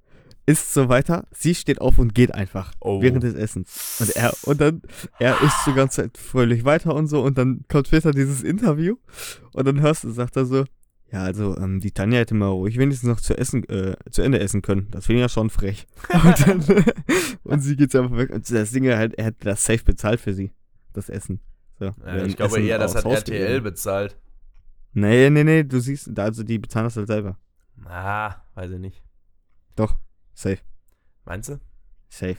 S1: Ist so weiter, sie steht auf und geht einfach
S2: Oh.
S1: während des Essens. Und er, und dann, er isst die ganze Zeit fröhlich weiter und so und dann kommt später dieses Interview und dann hörst du, sagt er so, ja, also ähm, die Tanja hätte mal ruhig wenigstens noch zu essen, äh, zu Ende essen können. Das finde ich ja schon frech. Und, dann, und sie geht einfach weg. Und das Ding halt, er hätte das safe bezahlt für sie, das Essen. So,
S2: Ja,
S1: Ähm,
S2: ich glaube
S1: Essen
S2: eher, das
S1: aus
S2: hat
S1: Haus
S2: RTL
S1: gegeben.
S2: bezahlt.
S1: Nee, nee, nee, du siehst, da- also die bezahlen das halt selber.
S2: Ah, weiß ich nicht.
S1: Safe,
S2: Meinst du?
S1: safe.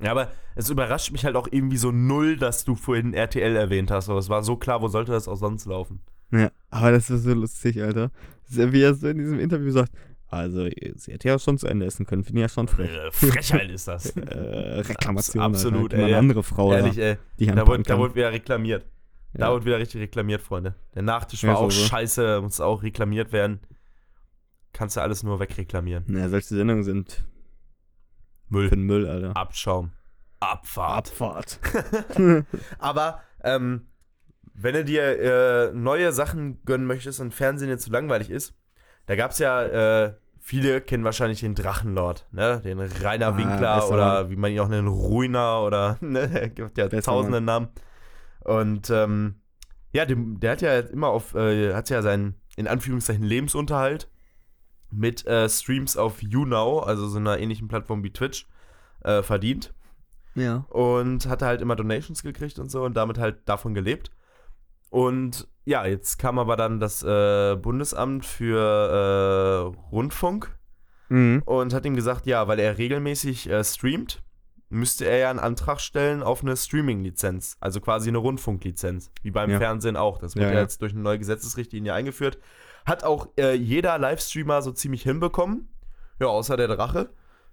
S2: Ja, aber es überrascht mich halt auch irgendwie so null, dass du vorhin RTL erwähnt hast. Aber es war so klar, wo sollte das auch sonst laufen?
S1: Ja, aber das ist so lustig, Alter. Das ist ja, Wie er so in diesem Interview sagt, also sie hätte ja schon zu Ende essen können, finde ich ja schon frech.
S2: Äh, Frechheit ist das.
S1: Äh, Reklamation.
S2: Abs- absolut,
S1: Alter, ey.
S2: ey,
S1: Eine
S2: ja.
S1: andere Frau,
S2: Ehrlich,
S1: da,
S2: ey.
S1: die
S2: Da
S1: anpacken
S2: wurde, da
S1: kann.
S2: wurde wieder reklamiert. Da
S1: Ja.
S2: wurde wieder richtig reklamiert, Freunde. Der Nachtisch war
S1: Ja, so,
S2: auch
S1: so.
S2: scheiße, muss auch reklamiert werden. Kannst du alles nur wegreklamieren.
S1: Na, solche Sendungen sind für
S2: Müll,
S1: den Müll, Alter.
S2: Abschaum, Abfahrt.
S1: Abfahrt.
S2: Aber ähm, wenn du dir äh, neue Sachen gönnen möchtest und Fernsehen jetzt zu langweilig ist, da gab es ja äh, Viele kennen wahrscheinlich den Drachenlord, ne? Den Rainer
S1: Ah,
S2: Winkler
S1: besser
S2: oder wie man ihn auch nennt, Ruiner oder ne? Der gibt ja
S1: Besser
S2: tausende Namen. Und ähm, ja, dem, der hat ja immer auf, äh, hat ja seinen, in Anführungszeichen, Lebensunterhalt mit äh, Streams auf YouNow, also so einer ähnlichen Plattform wie Twitch, äh, verdient
S1: Ja.
S2: und hatte halt immer Donations gekriegt und so und damit halt davon gelebt. Und ja, jetzt kam aber dann das äh, Bundesamt für äh, Rundfunk
S1: Mhm.
S2: und hat ihm gesagt, ja, weil er regelmäßig äh, streamt, müsste er ja einen Antrag stellen auf eine Streaming-Lizenz, also quasi eine Rundfunklizenz, wie beim
S1: Ja.
S2: Fernsehen auch. Das
S1: Ja,
S2: wird ja,
S1: ja.
S2: jetzt durch eine neue Gesetzesrichtlinie eingeführt. Hat auch äh, jeder Livestreamer so ziemlich hinbekommen, ja, außer der Drache.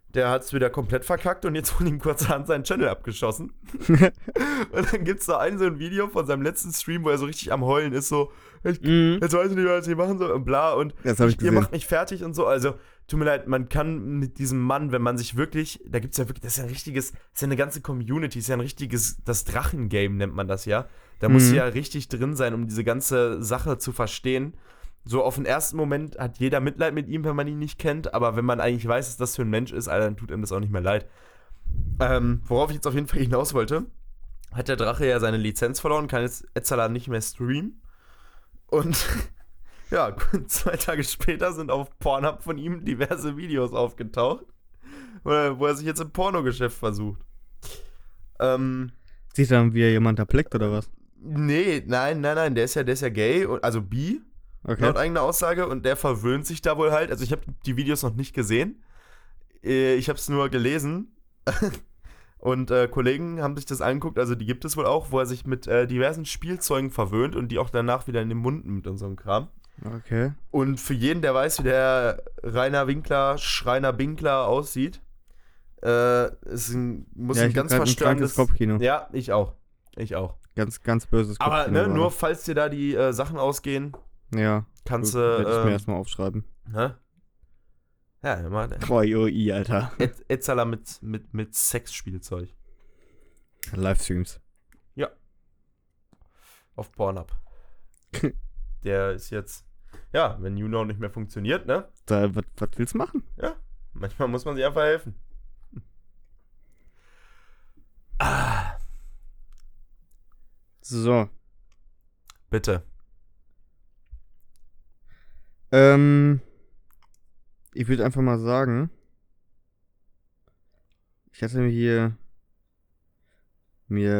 S2: Der hat es wieder komplett verkackt und jetzt wurde ihm kurzerhand sein Channel abgeschossen. und dann gibt es da ein so ein Video von seinem letzten Stream, wo er so richtig am Heulen ist, so, ich,
S1: Mhm.
S2: jetzt weiß ich nicht, was ich machen soll und bla. Und
S1: Das habe ich
S2: ihr
S1: gesehen.
S2: macht mich fertig und so. Also, tut mir leid, man kann mit diesem Mann, wenn man sich wirklich, da gibt's ja wirklich, das ist ja ein richtiges, das ist ja eine ganze Community, ist ja ein richtiges, das Drachengame nennt man das ja. Da musst du
S1: Mhm.
S2: ja richtig drin sein, um diese ganze Sache zu verstehen. So auf den ersten Moment hat jeder Mitleid mit ihm, wenn man ihn nicht kennt, aber wenn man eigentlich weiß, dass das für ein Mensch ist, Alter, dann tut ihm das auch nicht mehr leid. Ähm, worauf ich jetzt auf jeden Fall hinaus wollte, hat der Drache ja seine Lizenz verloren, kann jetzt Etzala nicht mehr streamen. Und ja, zwei Tage später sind auf Pornhub von ihm diverse Videos aufgetaucht, wo er wo er sich jetzt im Pornogeschäft versucht. Ähm,
S1: Sieht dann, wie er jemand da pleckt oder was?
S2: nee, nein, nein, nein, der ist ja, der ist ja gay, und- also bi,
S1: Okay.
S2: laut eigener Aussage, und der verwöhnt sich da wohl halt. Also ich habe die Videos noch nicht gesehen, Äh, ich habe es nur gelesen. Und äh, Kollegen haben sich das angeguckt, also die gibt es wohl auch, wo er sich mit äh, diversen Spielzeugen verwöhnt und die auch danach wieder in den Mund nimmt und so ein Kram.
S1: Okay.
S2: Und für jeden, der weiß, wie der Rainer Winkler, Schreiner Binkler aussieht, äh, ist ein, muss ein
S1: ich hab
S2: ganz
S1: grad ein krankes
S2: verstörendes.
S1: Kopfkino.
S2: ja, ich auch. Ich auch.
S1: Ganz, ganz böses
S2: Aber
S1: Kopfkino.
S2: ne, nur
S1: gerade.
S2: falls dir da die äh, Sachen ausgehen,
S1: Ja. Gut,
S2: kannst du.
S1: werd ich mir
S2: Äh,
S1: erstmal aufschreiben.
S2: ne? Ja, immer.
S1: Oi, oi, Alter.
S2: Ed- Etzala mit, mit, mit Sexspielzeug.
S1: Livestreams.
S2: Auf Pornhub. der ist jetzt. Ja, wenn YouNow nicht mehr funktioniert, ne?
S1: Da, was, was willst du machen?
S2: Manchmal muss man sich einfach helfen.
S1: So.
S2: Bitte.
S1: Ähm, ich würde einfach mal sagen, ich hatte mir hier mir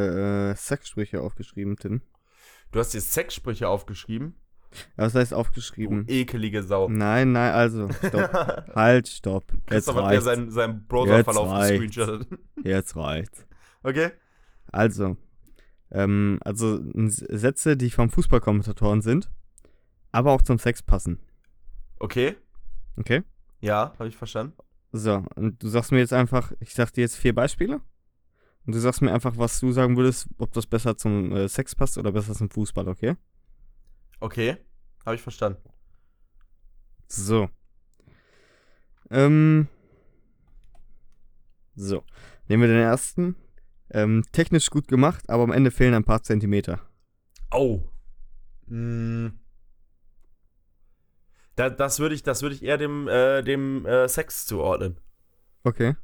S1: äh, Sexsprüche aufgeschrieben, Tim.
S2: Du hast dir Sexsprüche aufgeschrieben.
S1: Ja, Was heißt
S2: Du
S1: aufgeschrieben?
S2: ekelige Sau.
S1: Nein, nein, also, stopp. halt, stopp. Jetzt
S2: Christoph hat ja
S1: reicht's.
S2: seinen, seinen Browserverlauf
S1: Jetzt reicht's.
S2: gescreenshottet.
S1: Jetzt reicht's.
S2: Okay?
S1: Also, ähm, also n- Sätze, die vom Fußballkommentatoren sind, aber auch zum Sex passen.
S2: Okay.
S1: Okay?
S2: Ja, habe ich verstanden.
S1: So, und du sagst mir jetzt einfach, ich sag dir jetzt vier Beispiele. Und du sagst mir einfach, was du sagen würdest, ob das besser zum äh, Sex passt oder besser zum Fußball, okay?
S2: Okay. Habe ich verstanden.
S1: So. Ähm. So. Nehmen wir den ersten. Ähm, technisch gut gemacht, aber am Ende fehlen ein paar Zentimeter.
S2: Au. Mm. Da, das würde ich, das würde ich eher dem, äh, dem äh, Sex zuordnen.
S1: Okay.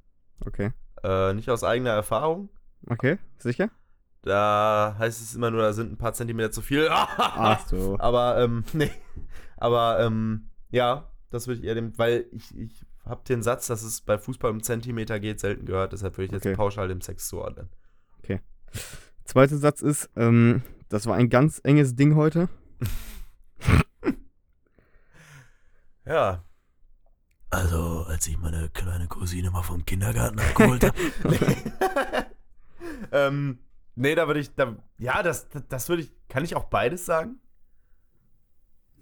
S1: Okay.
S2: Äh, nicht aus eigener Erfahrung.
S1: Okay. Sicher?
S2: Da heißt es immer nur, da sind ein paar Zentimeter zu viel. Ah.
S1: Ach so.
S2: Aber, ähm, nee. Aber, ähm, ja, das würde ich eher dem, weil ich, ich habe den Satz, dass es bei Fußball um Zentimeter geht, selten gehört. Deshalb würde ich jetzt
S1: Okay.
S2: pauschal dem Sex zuordnen.
S1: Zweiter Satz ist, ähm, das war ein ganz enges Ding heute.
S2: Ja. Also, als ich meine kleine Cousine mal vom Kindergarten abgeholt habe. ähm, nee, da würde ich, da, ja, das, das- das würde ich, kann ich auch beides sagen?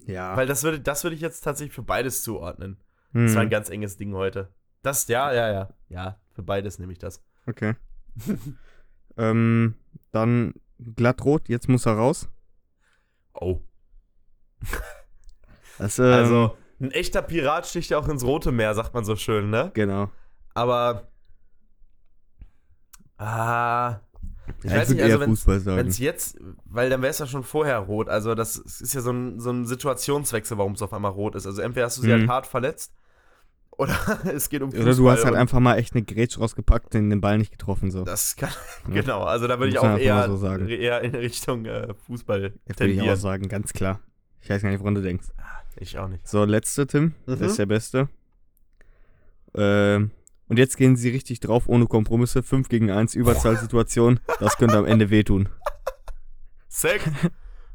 S1: Ja.
S2: Weil das würde, das würde ich jetzt tatsächlich für beides zuordnen.
S1: hm,
S2: Das war ein ganz enges Ding heute. Das, ja, ja, ja. Ja, für beides nehme ich das.
S1: okay. ähm, dann glatt rot, jetzt muss er raus.
S2: Oh.
S1: Das, ähm,
S2: Also, ein echter Pirat sticht ja auch ins Rote Meer, sagt man so schön, ne?
S1: Genau.
S2: Aber. Ah. Ich
S1: Ja,
S2: weiß
S1: würd
S2: nicht, also
S1: eher
S2: wenn's-
S1: Fußball
S2: Wenn
S1: sagen.
S2: es jetzt, weil dann wäre es ja schon vorher rot. Also das ist ja so ein, so ein Situationswechsel, warum es auf einmal rot ist. Also entweder hast du sie
S1: Mhm.
S2: halt hart verletzt Oder es geht um
S1: Oder du hast halt
S2: und
S1: einfach mal echt eine Grätsch rausgepackt und den Ball nicht getroffen. So.
S2: Das kann,
S1: Ja.
S2: genau, also da würde ich
S1: Muss man
S2: auch
S1: einfach mal
S2: eher,
S1: so sagen.
S2: eher in Richtung äh, Fußball
S1: Das würde ich auch
S2: tendieren.
S1: sagen, ganz klar. Ich weiß gar nicht, woran du denkst.
S2: Ich auch nicht.
S1: So, letzte, Tim.
S2: Mhm.
S1: Das ist der beste. Ähm, und jetzt gehen sie richtig drauf, ohne Kompromisse. 5 gegen 1, Überzahlsituation. Das könnte am Ende wehtun.
S2: Sex!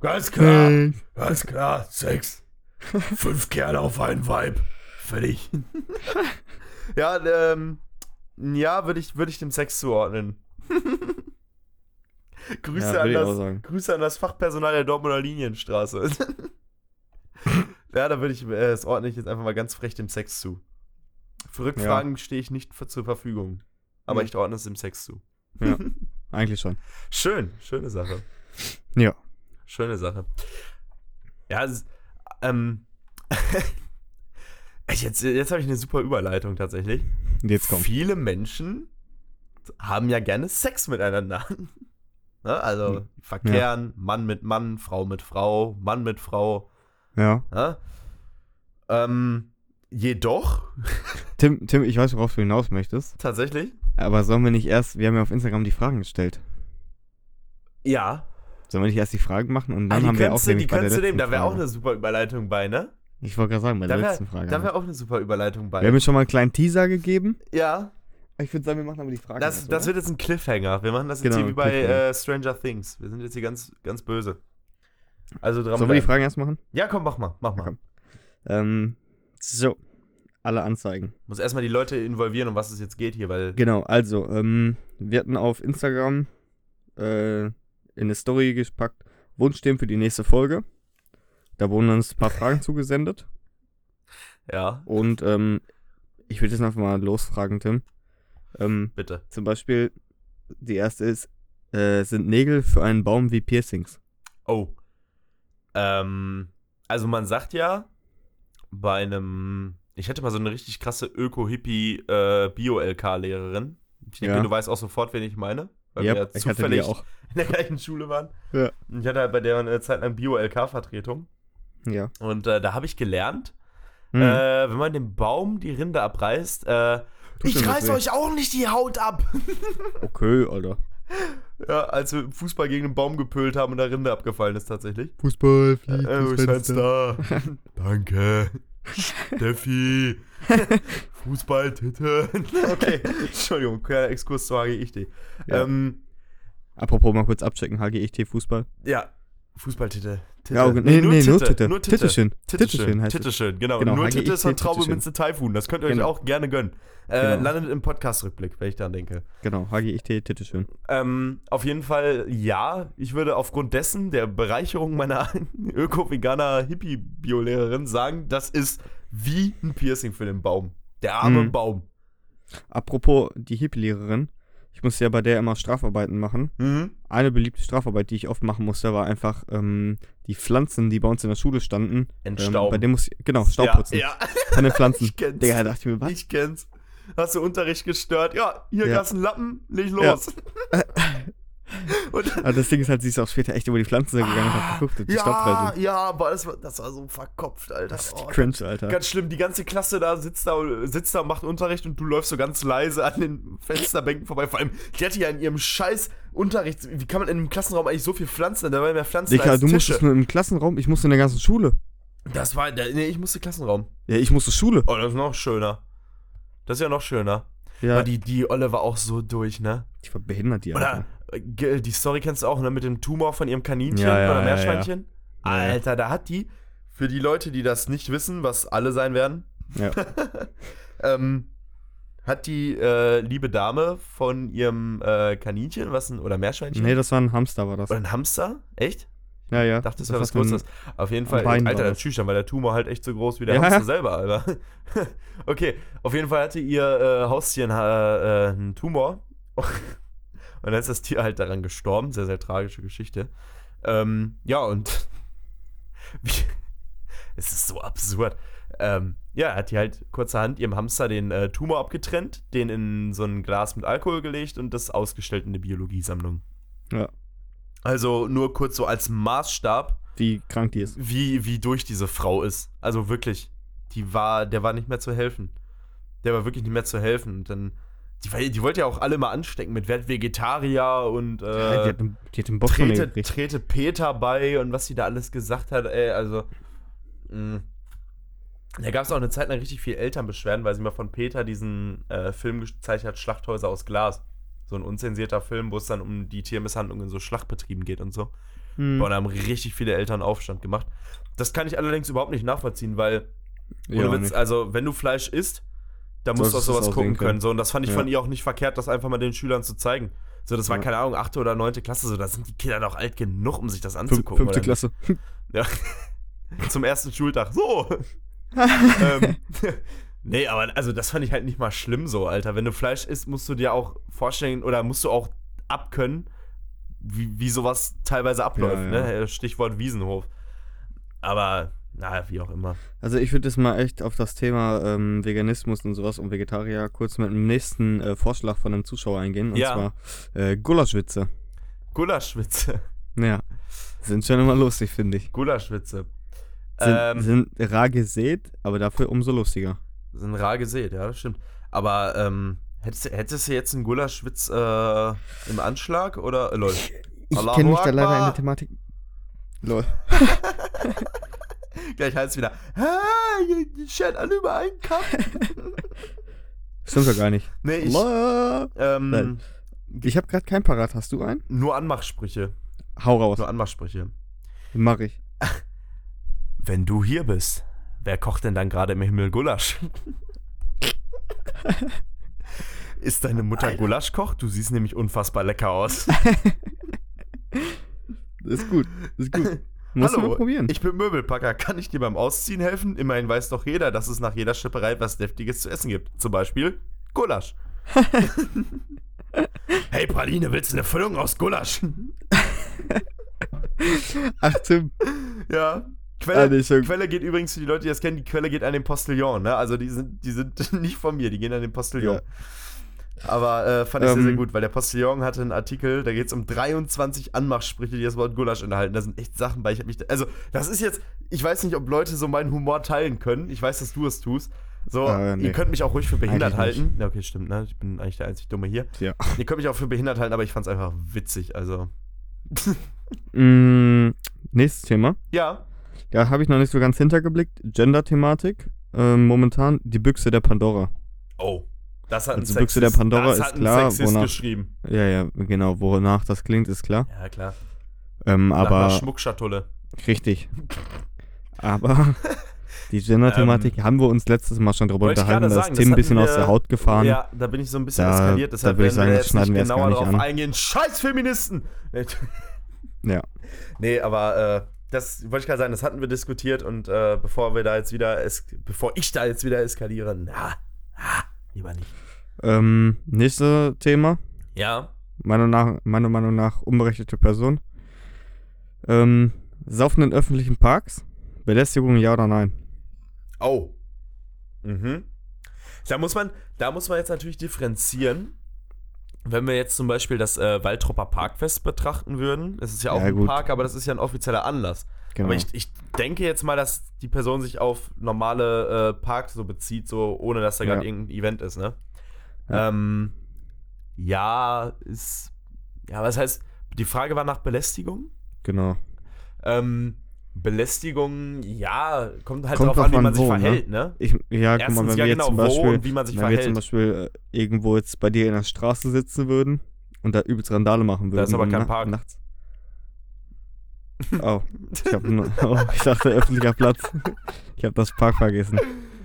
S2: Ganz klar,
S1: Äh,
S2: ganz klar, Sex. Fünf Kerle auf ein Weib. Fertig. ja, ähm, ja, würde ich, würd ich dem Sex zuordnen. Grüße
S1: ja, würde
S2: an
S1: ich
S2: das
S1: auch sagen.
S2: Grüße an das Fachpersonal der Dortmunder Linienstraße. ja, da würde ich, äh, das ordne ich jetzt einfach mal ganz frech dem Sex zu. Für Rückfragen stehe ich nicht für, zur Verfügung. Aber
S1: Mhm.
S2: ich ordne es dem Sex zu.
S1: Ja. Eigentlich schon.
S2: Schön, schöne Sache.
S1: Ja.
S2: Schöne Sache. Ja, es ist, ähm. ich- jetzt jetzt habe ich eine super Überleitung tatsächlich.
S1: Und jetzt kommt.
S2: Viele Menschen haben ja gerne Sex miteinander. ne? Also
S1: Hm.
S2: verkehren, Mann mit Mann, Frau mit Frau, Mann mit Frau.
S1: Ja.
S2: Ne? Ähm, jedoch,
S1: Tim, Tim, ich weiß, worauf du hinaus möchtest.
S2: tatsächlich,
S1: Aber sollen wir nicht erst, wir haben ja auf Instagram die Fragen gestellt.
S2: ja.
S1: Sollen wir nicht erst die Fragen machen und
S2: Ah,
S1: dann
S2: die
S1: haben wir auch
S2: könntest du, die
S1: nämlich bei der
S2: könntest du nehmen,
S1: letzten
S2: da wäre auch
S1: Frage.
S2: eine super Überleitung bei, ne?
S1: Ich wollte gerade sagen, bei
S2: Da
S1: der
S2: wär-
S1: letzten Frage. ne?
S2: Da wäre auch eine super Überleitung bei.
S1: wir haben jetzt schon mal einen kleinen Teaser gegeben.
S2: ja,
S1: Ich würde sagen, wir machen aber die Fragen.
S2: das,
S1: erst,
S2: das
S1: oder?
S2: wird jetzt ein Cliffhanger. Wir machen das jetzt
S1: Genau,
S2: hier wie bei
S1: Cliffhanger.
S2: äh, Stranger Things. Wir sind jetzt hier ganz, ganz böse. Also dran
S1: Sollen wir die
S2: bleiben.
S1: Fragen erst machen?
S2: Ja, komm, mach mal, mach mal.
S1: Ja, komm. Ähm, so, alle Anzeigen.
S2: Muss erstmal die Leute involvieren, um was es jetzt geht hier, weil.
S1: Genau, also, ähm, wir hatten auf Instagram äh, in eine Story gepackt, Wunschthemen für die nächste Folge. Da wurden uns ein paar Fragen zugesendet.
S2: Ja,
S1: Und ähm, ich würde jetzt einfach mal losfragen, Tim. Ähm,
S2: bitte.
S1: zum Beispiel, die erste ist, äh, sind Nägel für einen Baum wie Piercings?
S2: Oh. Ähm, also man sagt ja, bei einem. Ich hatte mal so eine richtig krasse Öko-Hippie-Bio-LK-Lehrerin. ich denke,
S1: Ja.
S2: du weißt auch sofort, wen ich meine. Weil wir
S1: Yep,
S2: ja
S1: ich hatte die
S2: zufällig
S1: auch.
S2: in der gleichen Schule waren.
S1: Ja.
S2: Und ich hatte halt bei der eine Zeit lang Bio-LK-Vertretung.
S1: Ja.
S2: Und äh, da habe ich gelernt,
S1: Hm,
S2: äh, wenn man dem Baum die Rinde abreißt, äh,
S1: Tut
S2: ich
S1: ihm das
S2: reiß
S1: weh.
S2: euch auch nicht die Haut ab.
S1: okay, Alter.
S2: Ja, als wir Fußball gegen den Baum gepölt haben und da Rinde abgefallen ist tatsächlich.
S1: Fußball, fliegt
S2: Äh,
S1: durchs
S2: ist ein
S1: Fenster.
S2: Star. Danke. Steffi. Fußballtitte. Okay, Entschuldigung, kleiner Exkurs zu HGIT.
S1: Ja.
S2: Ähm,
S1: Apropos mal kurz abchecken, HGIT Fußball.
S2: ja, Fußballtitte. Titte.
S1: Ja, okay. nee, nee, nur
S2: Titte,
S1: Titte.
S2: Nur Titte.
S1: schön.
S2: Titte
S1: Titte
S2: schön,
S1: schön heißt
S2: Titte
S1: es.
S2: schön, genau.
S1: Genau,
S2: Nur
S1: HGIT
S2: Titte ist von Traube
S1: Titte schön.
S2: Minze Taifun. Das könnt ihr
S1: Genau.
S2: euch auch gerne gönnen. Äh,
S1: Genau.
S2: Landet im Podcast-Rückblick, wenn ich daran denke.
S1: Genau, HGIT Titte schön.
S2: Ähm, auf jeden Fall ja. Ich würde aufgrund dessen, der Bereicherung meiner Öko-Veganer-Hippie-Biolehrerin sagen, das ist wie ein Piercing für den Baum. Der arme
S1: Mhm.
S2: Baum.
S1: Apropos die Hippie-Lehrerin. Ich musste ja bei der immer Strafarbeiten machen.
S2: Mhm.
S1: Eine beliebte Strafarbeit, die ich oft machen musste, war einfach ähm, die Pflanzen, die bei uns in der Schule standen. Ähm,
S2: Entstauben.
S1: bei dem muss ich, genau, Staubputzen.
S2: Ja, ja
S1: Von den Pflanzen.
S2: ich kenn's.
S1: Digga, da dachte ich mir, was?
S2: ich kenn's. Hast du Unterricht gestört? Ja, hier
S1: Ja.
S2: kannst du einen Lappen, leg
S1: Ja.
S2: los. Und dann,
S1: Also das Ding ist halt, sie ist auch später echt über die Pflanzen gegangen und hat geguckt, ob die staubfrei
S2: Ah, ja,
S1: sind.
S2: ja, aber das war, das war so verkopft, Alter.
S1: Das ist die
S2: Oh,
S1: Cringe, Alter.
S2: Ganz schlimm, die ganze Klasse da sitzt da, sitzt da, macht Unterricht und du läufst so ganz leise an den Fensterbänken vorbei. Vor allem, die hatte ja in ihrem scheiß Unterricht, wie kann man in einem Klassenraum eigentlich so viel pflanzen? Da waren mehr Pflanzen
S1: Digga,
S2: als
S1: du musstest
S2: Tische.
S1: nur im Klassenraum, ich musste in der ganzen Schule.
S2: Das war, da- nee, ich musste Klassenraum.
S1: Ja, ich musste Schule.
S2: Oh, das ist noch schöner. Das ist ja noch schöner.
S1: Ja,
S2: Aber
S1: die,
S2: die, die Olle war auch so durch, ne?
S1: die war behindert, die
S2: Oder,
S1: Alter.
S2: äh, ge- die Story kennst du auch, ne? Mit dem Tumor von ihrem Kaninchen
S1: Ja, ja,
S2: oder
S1: ja, ja.
S2: Meerschweinchen.
S1: Ja, ja.
S2: Alter, da hat die, für die Leute, die das nicht wissen, was alle sein werden,
S1: Ja.
S2: ähm, hat die äh, liebe Dame von ihrem äh, Kaninchen, was ein, oder Meerschweinchen?
S1: Nee, das war ein Hamster, war das.
S2: oder ein Hamster? Echt?
S1: Ja, ja.
S2: Ich dachte, das
S1: Das
S2: wäre was
S1: war so ein-
S2: Großes. Auf jeden Fall,
S1: Bein war
S2: Alter,
S1: das.
S2: natürlich, dann war der Tumor halt echt so groß wie der
S1: Ja.
S2: Hamster selber, Alter. okay, auf jeden Fall hatte ihr äh, Haustier äh, äh, einen Tumor. Und dann ist das Tier halt daran gestorben. Sehr, sehr tragische Geschichte. Ähm, ja, und wie, es ist so absurd. Ähm, ja, hat die halt kurzerhand ihrem Hamster den äh, Tumor abgetrennt, den in so ein Glas mit Alkohol gelegt und das ausgestellt in eine Biologiesammlung.
S1: Ja.
S2: Also nur kurz so als Maßstab,
S1: Wie krank die ist.
S2: wie, wie durch diese Frau ist. Also wirklich, die war, der war nicht mehr zu helfen. der war wirklich nicht mehr zu helfen. Und dann, die, war- die wollte ja auch alle mal anstecken mit Werd Vegetarier und
S1: Ja, die,
S2: äh,
S1: hat, den- die hat den Bock von mir
S2: trete,
S1: gekriegt.
S2: trete Peter bei und was sie da alles gesagt hat, ey, also. Mh. Da gab es auch eine Zeit lang richtig viel Elternbeschwerden, weil sie mal von Peter diesen äh, Film gezeichnet hat, Schlachthäuser aus Glas. So ein unzensierter Film, wo es dann um die Tiermisshandlung in so Schlachtbetrieben geht und so.
S1: Hm.
S2: Boah, da haben richtig viele Eltern Aufstand gemacht. Das kann ich allerdings überhaupt nicht nachvollziehen, weil, ohne
S1: Ja,
S2: Witz,
S1: nicht.
S2: also, wenn du Fleisch isst, da musst du auch
S1: Solltest du
S2: sowas
S1: es auch
S2: gucken
S1: sehen können.
S2: können. So, und das fand ich
S1: Ja.
S2: von ihr auch nicht verkehrt, das einfach mal den Schülern zu zeigen. So, das war,
S1: Ja.
S2: keine Ahnung, 8. oder 9. Klasse, so, da sind die Kinder doch alt genug, um sich das
S1: Fün-
S2: anzugucken.
S1: Fünfte
S2: oder
S1: Klasse.
S2: nicht? Zum ersten Schultag. So! ähm, nee, aber also das fand ich halt nicht mal schlimm so, Alter. Wenn du Fleisch isst, musst du dir auch vorstellen oder musst du auch abkönnen, wie, wie sowas teilweise abläuft.
S1: Ja, ja.
S2: Ne? Stichwort Wiesenhof. Aber, naja, wie auch immer.
S1: Also ich würde jetzt mal echt auf das Thema ähm, Veganismus und sowas und Vegetarier kurz mit dem nächsten äh, Vorschlag von einem Zuschauer eingehen. Und
S2: Ja.
S1: zwar äh, Gulaschwitze.
S2: Gulaschwitze.
S1: Ja. Sind schon immer lustig, finde ich.
S2: Gulaschwitze.
S1: Sind,
S2: ähm,
S1: sind rar gesät, aber dafür umso lustiger.
S2: sind rar gesät, ja, das stimmt. Aber ähm, hättest, du- hättest du jetzt einen Gulaschwitz äh, im Anschlag oder? Äh, lol.
S1: Ich
S2: Allahu
S1: kenne mich da leider in
S2: Akbar.
S1: der Thematik. Lol.
S2: Gleich heißt es wieder. Hey, die schert alle über einen Kamm.
S1: Stimmt doch gar nicht.
S2: Nee, ich,
S1: Lol.
S2: ähm,
S1: Nein. Ich habe gerade keinen parat. Hast du einen?
S2: nur Anmachsprüche.
S1: Hau raus.
S2: Nur Anmachsprüche.
S1: Mach ich.
S2: Wenn du hier bist, wer kocht denn dann gerade im Himmel Gulasch? Ist deine Mutter Gulaschkoch? Du siehst nämlich unfassbar lecker aus.
S1: Ist gut. Ist gut. Musst du
S2: Hallo,
S1: mal probieren.
S2: Ich bin Möbelpacker. Kann ich dir beim Ausziehen helfen? Immerhin weiß doch jeder, dass es nach jeder Schipperei was Deftiges zu essen gibt. Zum Beispiel Gulasch. hey Praline, willst du eine Füllung aus Gulasch?
S1: Ach, Tim.
S2: ja.
S1: Ah,
S2: Quelle,
S1: nee, schon
S2: Quelle geht übrigens für die Leute, die das kennen, die Quelle geht an den Postillon. Ne? Also die sind, die sind nicht von mir, die gehen an den Postillon. Aber äh, fand ich sehr,
S1: Ähm.
S2: sehr gut, weil der Postillon hatte einen Artikel, da geht es um 23 Anmachsprüche, die das Wort Gulasch enthalten. Da sind echt Sachen bei. Ich hab mich, da, also, das ist jetzt, ich weiß nicht, ob Leute so meinen Humor teilen können. Ich weiß, dass du es tust. So,
S1: Ah, nee.
S2: ihr könnt mich auch ruhig für behindert
S1: Eigentlich
S2: halten. Ja, okay, stimmt, ne? Ich bin eigentlich der einzig Dumme hier.
S1: Ja.
S2: Ihr könnt mich auch für behindert halten, aber ich fand's einfach witzig. Also,
S1: Mm, nächstes Thema.
S2: ja,
S1: Da habe ich noch nicht so ganz hintergeblickt. Gender-Thematik. Ähm, momentan die Büchse der Pandora.
S2: Oh. Das hat
S1: Also
S2: ein
S1: Büchse der
S2: Sexist-
S1: Pandora
S2: das
S1: ist
S2: hat ein
S1: klar,
S2: Sexist
S1: wonach-
S2: geschrieben.
S1: Ja, ja, genau. Wonach das klingt, ist klar.
S2: Ja, klar.
S1: Ähm,
S2: Nach einer
S1: aber
S2: Schmuckschatulle.
S1: richtig. Aber die Gender-Thematik haben wir uns letztes Mal schon drüber
S2: Ähm, Wollte ich
S1: unterhalten.
S2: gerade
S1: Da
S2: sagen,
S1: ist Tim ein
S2: das
S1: bisschen
S2: hatten
S1: aus der
S2: wir-
S1: Haut gefahren.
S2: Ja, da bin ich so ein bisschen
S1: Da-
S2: eskaliert,
S1: da
S2: deshalb
S1: würde ich
S2: werden
S1: sagen,
S2: wir
S1: das
S2: jetzt
S1: schneiden
S2: nicht
S1: wir erst
S2: genauer
S1: gar nicht
S2: drauf
S1: an.
S2: eingehen. Scheiß Feministen!
S1: Ja.
S2: nee, aber äh, das wollte ich gerade sagen, das hatten wir diskutiert und äh, bevor wir da jetzt wieder, es, bevor ich da jetzt wieder eskaliere, na, na lieber nicht.
S1: Ähm, nächstes Thema.
S2: Ja,
S1: meiner, nach, meiner Meinung nach unberechtigte Person. Ähm, Saufen in öffentlichen Parks? Belästigung ja oder nein?
S2: Oh. Mhm. Da muss man, da muss man jetzt natürlich differenzieren. Wenn wir jetzt zum Beispiel das äh, Waldropper Parkfest betrachten würden, das ist ja auch
S1: Ja,
S2: ein
S1: gut.
S2: Park, aber das ist ja ein offizieller Anlass.
S1: Genau.
S2: Aber ich, ich denke jetzt mal, dass die Person sich auf normale äh, Parks so bezieht, so ohne dass da
S1: Ja.
S2: gerade irgendein Event ist, ne?
S1: Ja.
S2: Ja. Ähm, ja, ist. Ja, was heißt, die Frage war nach Belästigung?
S1: genau.
S2: Ähm, Belästigung, ja, kommt halt
S1: Kommt
S2: drauf
S1: drauf
S2: an, wie
S1: an,
S2: man sich
S1: wo, ne?
S2: verhält, ne?
S1: Ich, ja, guck mal,
S2: Erstens,
S1: wenn
S2: ja
S1: wir jetzt
S2: genau,
S1: zum
S2: wo
S1: Beispiel,
S2: und wie man sich
S1: wenn wir jetzt zum
S2: verhält.
S1: Beispiel äh, irgendwo jetzt bei dir in der Straße sitzen würden und da übelst Randale machen würden.
S2: Da ist aber
S1: und
S2: kein Park.
S1: Nachts. Oh, ich, hab nur, oh, ich dachte öffentlicher Platz. Ich habe das Park vergessen.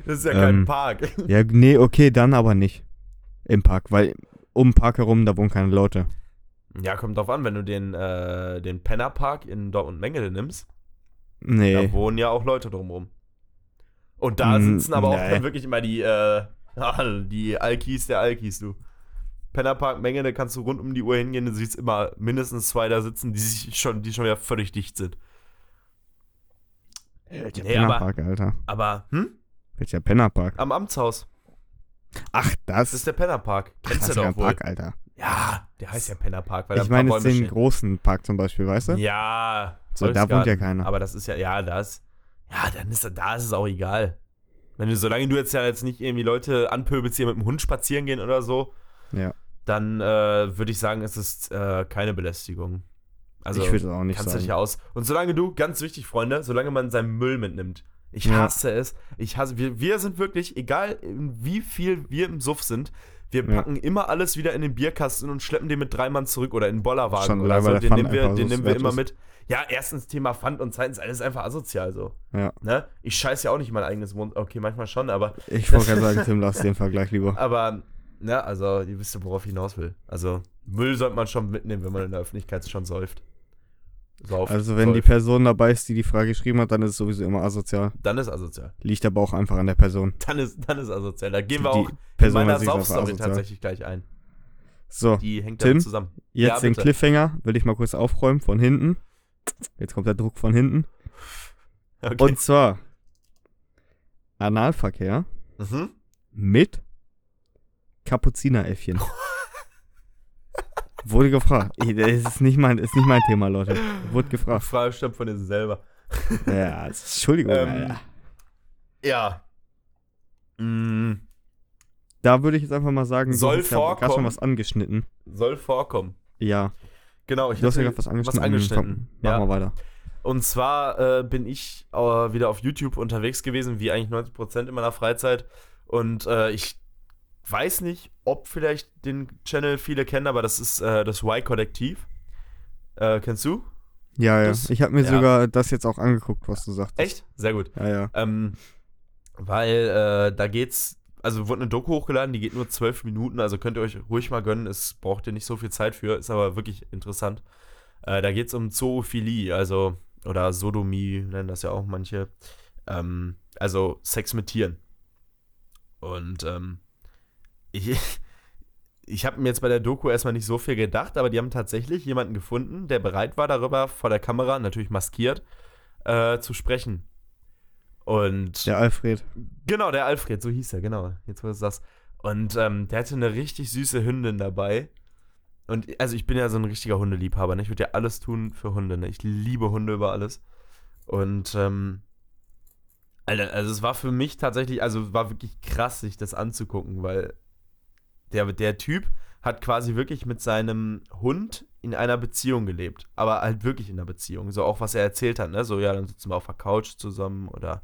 S2: Das ist ja kein
S1: Ähm,
S2: Park.
S1: Ja, nee, okay, dann aber nicht. Im Park, weil um den Park herum, da wohnen keine Leute.
S2: Ja, kommt drauf an, wenn du den, äh, den Pennerpark in Dortmund-Mengele nimmst,
S1: Nee.
S2: da wohnen ja auch Leute drumherum. Und da
S1: Mm,
S2: sitzen aber auch
S1: nee.
S2: dann wirklich immer die, äh, die Alkis der Alkis, du. Pennerpark Mengele kannst du rund um die Uhr hingehen, du siehst immer mindestens zwei da sitzen, die sich schon, die schon wieder völlig dicht sind.
S1: Welcher
S2: Nee, aber-
S1: Pennerpark, Alter.
S2: Aber, hm?
S1: Welcher Pennerpark?
S2: Am Amtshaus.
S1: Ach, das,
S2: Das ist der Pennerpark.
S1: ach, das
S2: Kennst du
S1: ist ja
S2: doch
S1: ein
S2: wohl.
S1: Park, Alter.
S2: Ja, der heißt ja Pennerpark, weil da
S1: ich
S2: ein
S1: meine
S2: paar
S1: jetzt
S2: Bäume
S1: den
S2: stehen.
S1: großen Park zum Beispiel, weißt du?
S2: Ja.
S1: so, da wohnt
S2: Wolfsgarten.
S1: ja keiner.
S2: Aber das ist ja, ja, das. Ja, dann ist da ist es auch egal. Wenn du, solange du jetzt ja jetzt nicht irgendwie Leute anpöbelst, die mit dem Hund spazieren gehen oder so,
S1: Ja.
S2: dann äh, würde ich sagen, es ist äh, keine Belästigung. Also
S1: ich würde es auch nicht
S2: kannst du
S1: sagen.
S2: dich aus. Und solange du, ganz wichtig, Freunde, solange man seinen Müll mitnimmt. Ich
S1: Ja.
S2: hasse es. Ich hasse, wir, wir sind wirklich, egal in wie viel wir im Suff sind, wir
S1: Ja.
S2: packen immer alles wieder in den Bierkasten und schleppen den mit drei Mann zurück oder in den Bollerwagen
S1: Schon
S2: oder
S1: allein,
S2: so.
S1: weil der
S2: Den
S1: Pfand
S2: nehmen wir,
S1: einfach so
S2: den nehmen wir immer
S1: wertlos
S2: mit. Ja, erstens Thema Pfand und zweitens alles einfach asozial so.
S1: Ja.
S2: Ne? Ich scheiße ja auch nicht mein eigenes Mund. Okay, manchmal schon, aber,
S1: Ich wollte gerade sagen, Tim, lass den Vergleich lieber.
S2: aber, ne, also, ihr wisst ja, worauf ich hinaus will. Also, Müll sollte man schon mitnehmen, wenn man in der Öffentlichkeit schon säuft. Sauft,
S1: Also wenn die
S2: säuft.
S1: Person dabei ist, die die Frage geschrieben hat, dann ist es sowieso immer asozial.
S2: Dann ist asozial.
S1: Liegt aber auch einfach an der Person.
S2: Dann ist, dann ist asozial. Da gehen wir
S1: Die
S2: auch in
S1: Person
S2: meiner
S1: hat sich einfach
S2: Saufstory
S1: asozial.
S2: tatsächlich gleich ein.
S1: So,
S2: Die hängt
S1: Tim?
S2: damit zusammen.
S1: jetzt
S2: Ja,
S1: den
S2: bitte.
S1: Cliffhanger will ich mal kurz aufräumen von hinten. Jetzt kommt der Druck von hinten.
S2: Okay.
S1: Und zwar Analverkehr
S2: mhm.
S1: mit Kapuzineräffchen. Wurde gefragt. Ey, Das ist nicht mein, ist nicht mein Thema, Leute. Wurde
S2: Die
S1: gefragt.
S2: Frage stammt von dir selber.
S1: Ja, Entschuldigung.
S2: Ähm,
S1: Alter.
S2: Ja. Mm,
S1: da würde ich jetzt einfach mal sagen,
S2: soll
S1: du hast ja gerade schon
S2: vorkommen.
S1: was angeschnitten.
S2: soll vorkommen.
S1: Ja,
S2: Genau, ich
S1: du hast ja
S2: hatte
S1: gerade was angeschnitten.
S2: angeschnitten,
S1: Komm, mach
S2: ja.
S1: mal weiter.
S2: Und zwar äh, bin ich äh, wieder auf YouTube unterwegs gewesen, wie eigentlich 90% in meiner Freizeit. Und äh, ich weiß nicht, ob vielleicht den Channel viele kennen, aber das ist äh, das Y-Kollektiv. Äh, kennst du?
S1: Ja, ja.
S2: Das-
S1: ich habe mir
S2: ja.
S1: sogar das jetzt auch angeguckt, was du sagtest.
S2: Echt? Sehr gut.
S1: Ja, ja.
S2: Ähm, weil äh, da geht's, also wurde eine Doku hochgeladen, die geht nur zwölf Minuten, also könnt ihr euch ruhig mal gönnen, es braucht ihr nicht so viel Zeit für, ist aber wirklich interessant. Äh, da geht's um Zoophilie, also, oder Sodomie nennen das ja auch manche, ähm, also Sex mit Tieren. Und ähm, ich, ich habe mir jetzt bei der Doku erstmal nicht so viel gedacht, aber die haben tatsächlich jemanden gefunden, der bereit war, darüber vor der Kamera, natürlich maskiert, äh, zu sprechen. Und
S1: Der Alfred.
S2: Genau, der Alfred, so hieß er, genau. Jetzt wo du es sagst. Und ähm, der hatte eine richtig süße Hündin dabei. Und also ich bin ja so ein richtiger Hundeliebhaber, ne? Ich würde ja alles tun für Hunde, ne? Ich liebe Hunde über alles. Und ähm, Alter, also es war für mich tatsächlich, also war wirklich krass, sich das anzugucken, weil der, der Typ hat quasi wirklich mit seinem Hund in einer Beziehung gelebt. Aber halt wirklich in einer Beziehung. So auch was er erzählt hat, ne? So, ja, dann sitzen wir auf der Couch zusammen oder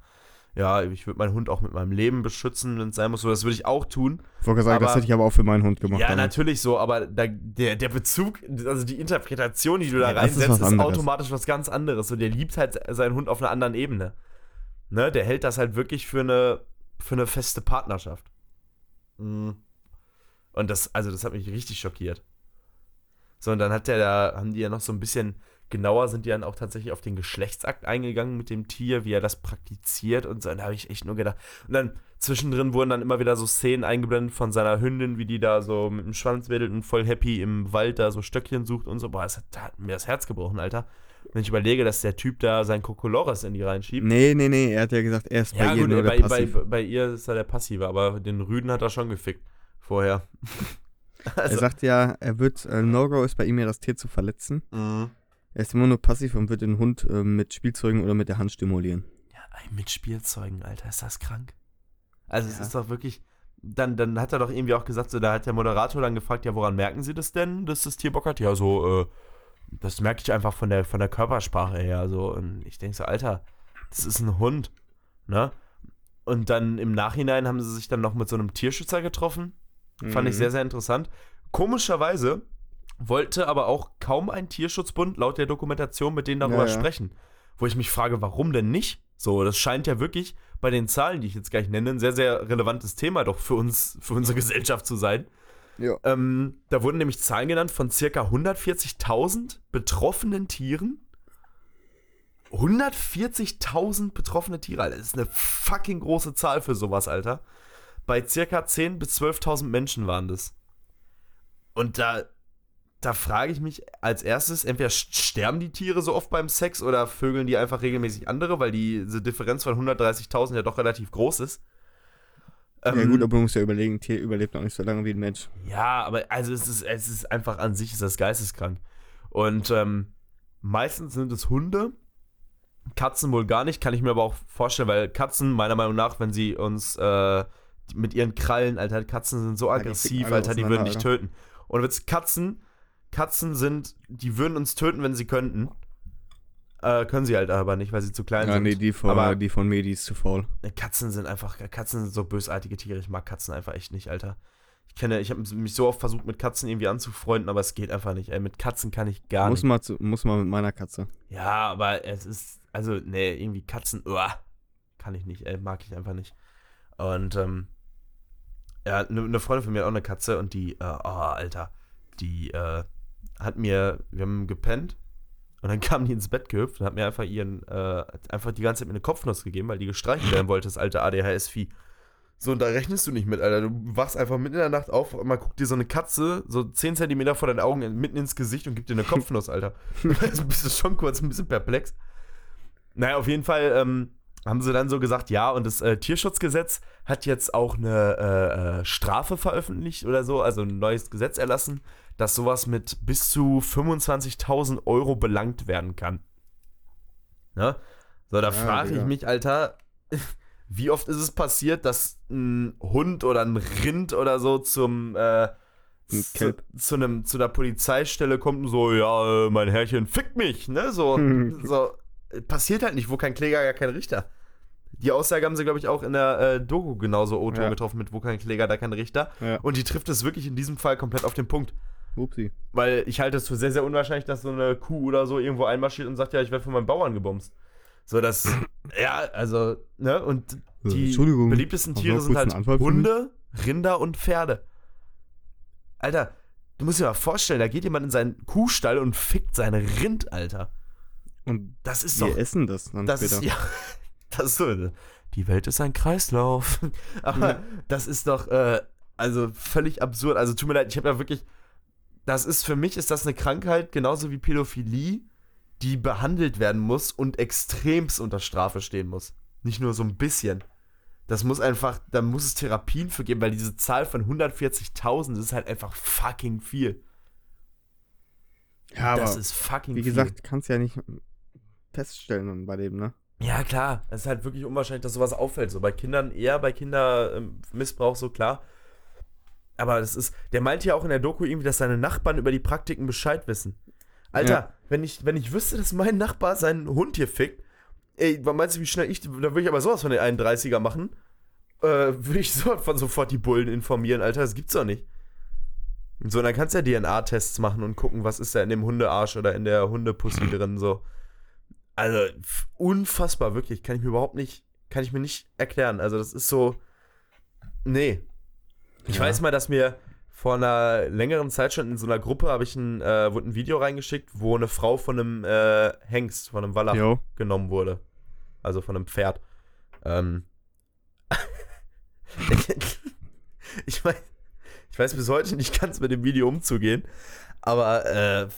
S2: ja, ich würde meinen Hund auch mit meinem Leben beschützen, wenn es sein muss. So, das würde ich auch tun.
S1: Ich wollte sagen, das
S2: Aber-
S1: hätte ich aber auch für meinen Hund gemacht.
S2: ja,
S1: damals.
S2: natürlich so, aber da, der, der Bezug, also die Interpretation, die du da
S1: Ja, das ist
S2: reinsetzt,
S1: was
S2: ist,
S1: anderes.
S2: automatisch was ganz anderes. Und der liebt halt seinen Hund auf einer anderen Ebene. Ne, der hält das halt wirklich für eine, für eine feste Partnerschaft. Mhm. Und das, also das hat mich richtig schockiert. So, und dann hat der da, haben die ja noch so ein bisschen genauer sind die dann auch tatsächlich auf den Geschlechtsakt eingegangen mit dem Tier, wie er das praktiziert und so. Und da habe ich echt nur gedacht. Und dann zwischendrin wurden dann immer wieder so Szenen eingeblendet von seiner Hündin, wie die da so mit dem Schwanz wedelt und voll happy im Wald da so Stöckchen sucht und so. Boah, das hat, da hat mir das Herz gebrochen, Alter. Wenn ich überlege, dass der Typ da sein Kokolores in die reinschiebt.
S1: Nee, nee, nee. Er hat ja gesagt, er ist Mhm. bei
S2: ja,
S1: jedem
S2: gut,
S1: nur
S2: bei,
S1: der
S2: bei,
S1: Passiv.
S2: bei ihr ist er der Passive, aber den Rüden hat er schon gefickt vorher. also
S1: er sagt ja, er wird, äh, No-Go ist bei ihm ja das Tier zu verletzen.
S2: Mhm.
S1: Er ist immer nur passiv und wird den Hund äh, mit Spielzeugen oder mit der Hand stimulieren.
S2: Ja, ey, mit Spielzeugen, Alter, ist das krank. Also es
S1: Ja.
S2: ist doch wirklich. Dann, dann hat er doch irgendwie auch gesagt, so, da hat der Moderator dann gefragt, ja, woran merken Sie das denn, dass das Tier Bock hat? Ja, so, äh, das merke ich einfach von der, von der Körpersprache her. So. Und ich denke so, Alter, das ist ein Hund. Ne? Und dann im Nachhinein haben sie sich dann noch mit so einem Tierschützer getroffen. Fand
S1: Mhm.
S2: ich sehr, sehr interessant. Komischerweise wollte aber auch kaum ein Tierschutzbund laut der Dokumentation mit denen darüber
S1: Ja, ja.
S2: sprechen. Wo ich mich frage, warum denn nicht? So, das scheint ja wirklich bei den Zahlen, die ich jetzt gleich nenne, ein sehr, sehr relevantes Thema doch für uns, für unsere Gesellschaft zu sein.
S1: Ja.
S2: Ähm, da wurden nämlich Zahlen genannt von circa 140.000 betroffenen Tieren. 140.000 betroffene Tiere, Alter. Das ist eine fucking große Zahl für sowas, Alter. Bei circa 10.000 bis 12.000 Menschen waren das. Und da, da frage ich mich als erstes, entweder st- sterben die Tiere so oft beim Sex oder vögeln die einfach regelmäßig andere, weil die, diese Differenz von 130.000 ja doch relativ groß ist.
S1: Ja,
S2: ähm,
S1: gut, aber du musst ja überlegen, ein Tier überlebt noch nicht so lange wie ein Mensch.
S2: Ja, aber also es ist, es ist einfach an sich ist das geisteskrank. Und ähm, meistens sind es Hunde, Katzen wohl gar nicht, kann ich mir aber auch vorstellen, weil Katzen, meiner Meinung nach, wenn sie uns äh, mit ihren Krallen, Alter, Katzen sind so
S1: Ja, die ficken
S2: aggressiv,
S1: alle
S2: Alter, die würden dich
S1: auseinander,
S2: töten. Und jetzt Katzen, Katzen sind, die würden uns töten, wenn sie könnten. Äh, können sie halt aber nicht, weil sie zu klein
S1: Ja,
S2: sind.
S1: nee, die von,
S2: Aber-
S1: die von mir, die ist zu faul.
S2: Katzen sind einfach, Katzen sind so bösartige Tiere. Ich mag Katzen einfach echt nicht, Alter. Ich kenne, ich habe mich so oft versucht, mit Katzen irgendwie anzufreunden, aber es geht einfach nicht. Ey, mit Katzen kann ich gar
S1: Muss
S2: nicht.
S1: mal, zu, muss mal mit meiner Katze.
S2: Ja, aber es ist, also, nee, irgendwie Katzen, uah, kann ich nicht, ey, mag ich einfach nicht. Und, ähm, ja, eine ne Freundin von mir hat auch eine Katze und die, äh, oh, Alter, die, äh, hat mir, wir haben gepennt und dann kam die ins Bett gehüpft und hat mir einfach ihren, äh, einfach die ganze Zeit mir eine Kopfnuss gegeben, weil die gestreichelt werden wollte, das alte ADHS-Vieh. So, und da rechnest du nicht mit, Alter. Du wachst einfach mitten in der Nacht auf und man guckt dir so eine Katze so 10 Zentimeter vor deinen Augen in- mitten ins Gesicht und gibt dir eine Kopfnuss, Alter. Also bist du schon kurz ein bisschen perplex. Naja, auf jeden Fall ähm, haben sie dann so gesagt, ja, und das äh, Tierschutzgesetz hat jetzt auch eine äh, äh, Strafe veröffentlicht oder so, also ein neues Gesetz erlassen, dass sowas mit bis zu 25.000 Euro belangt werden kann. Ne? So, da
S1: Ja,
S2: frage ich
S1: Digga.
S2: mich, Alter, wie oft ist es passiert, dass ein Hund oder ein Rind oder so zum äh,
S1: Ein
S2: zu,
S1: Kelp.
S2: zu, einem, zu einer Polizeistelle kommt und so, ja, äh, mein Herrchen, fick mich, ne? So, so äh, passiert halt nicht, wo kein Kläger, gar kein Richter. Die Aussage haben sie, glaube ich, auch in der äh, Doku genauso O-Ton
S1: Ja.
S2: getroffen mit wo kein Kläger, da kein Richter.
S1: Ja.
S2: Und die trifft es wirklich in diesem Fall komplett auf den Punkt.
S1: Upsi.
S2: Weil ich halte es für sehr, sehr unwahrscheinlich, dass so eine Kuh oder so irgendwo einmarschiert und sagt, ja, ich werde von meinem Bauern gebumst. So, das, ja, also, ne, und die
S1: Also, Entschuldigung,
S2: beliebtesten
S1: hast du
S2: Tiere
S1: noch
S2: sind
S1: kurz einen
S2: halt
S1: Anfall für
S2: Hunde, Rinder und Pferde. Alter, du musst dir mal vorstellen, da geht jemand in seinen Kuhstall und fickt sein Rind, Alter.
S1: Und
S2: Das ist
S1: wir
S2: doch,
S1: essen das dann
S2: das
S1: später.
S2: ist, ja, das ist so, die Welt ist ein Kreislauf. Aber
S1: Ja.
S2: das ist doch, äh, also völlig absurd. Also tut mir leid, ich habe ja wirklich, das ist für mich, ist das eine Krankheit, genauso wie Pädophilie, die behandelt werden muss und extremst unter Strafe stehen muss. Nicht nur so ein bisschen. Das muss einfach, da muss es Therapien für geben, weil diese Zahl von 140.000 ist halt einfach fucking viel.
S1: ja, aber
S2: das ist fucking
S1: wie
S2: viel.
S1: gesagt, kannst ja nicht feststellen dann bei dem, ne?
S2: Ja, klar. Es ist halt wirklich unwahrscheinlich, dass sowas auffällt. So bei Kindern eher, bei Kindermissbrauch so klar. Aber das ist, der meinte ja auch in der Doku irgendwie, dass seine Nachbarn über die Praktiken Bescheid wissen. Alter,
S1: Ja.
S2: wenn, ich, wenn ich wüsste, dass mein Nachbar seinen Hund hier fickt, ey, wa- meinst du, wie schnell ich, da würde ich aber sowas von den 31er machen, äh, würde ich so, von sofort die Bullen informieren, Alter, das gibt's doch nicht. Und so, und dann kannst du ja DNA-Tests machen und gucken, was ist da in dem Hundearsch oder in der Hundepussy drin, so. Also, f- unfassbar, wirklich. Kann ich mir überhaupt nicht, kann ich mir nicht erklären. Also, das ist so. Nee. Ich
S1: Ja.
S2: weiß mal, dass mir vor einer längeren Zeit schon in so einer Gruppe habe ich ein, äh, wurde ein Video reingeschickt, wo eine Frau von einem äh, Hengst, von einem Wallach
S1: Jo.
S2: genommen wurde. Also von einem Pferd. Ähm. ich, weiß, ich weiß bis heute nicht ganz mit dem Video umzugehen, aber äh,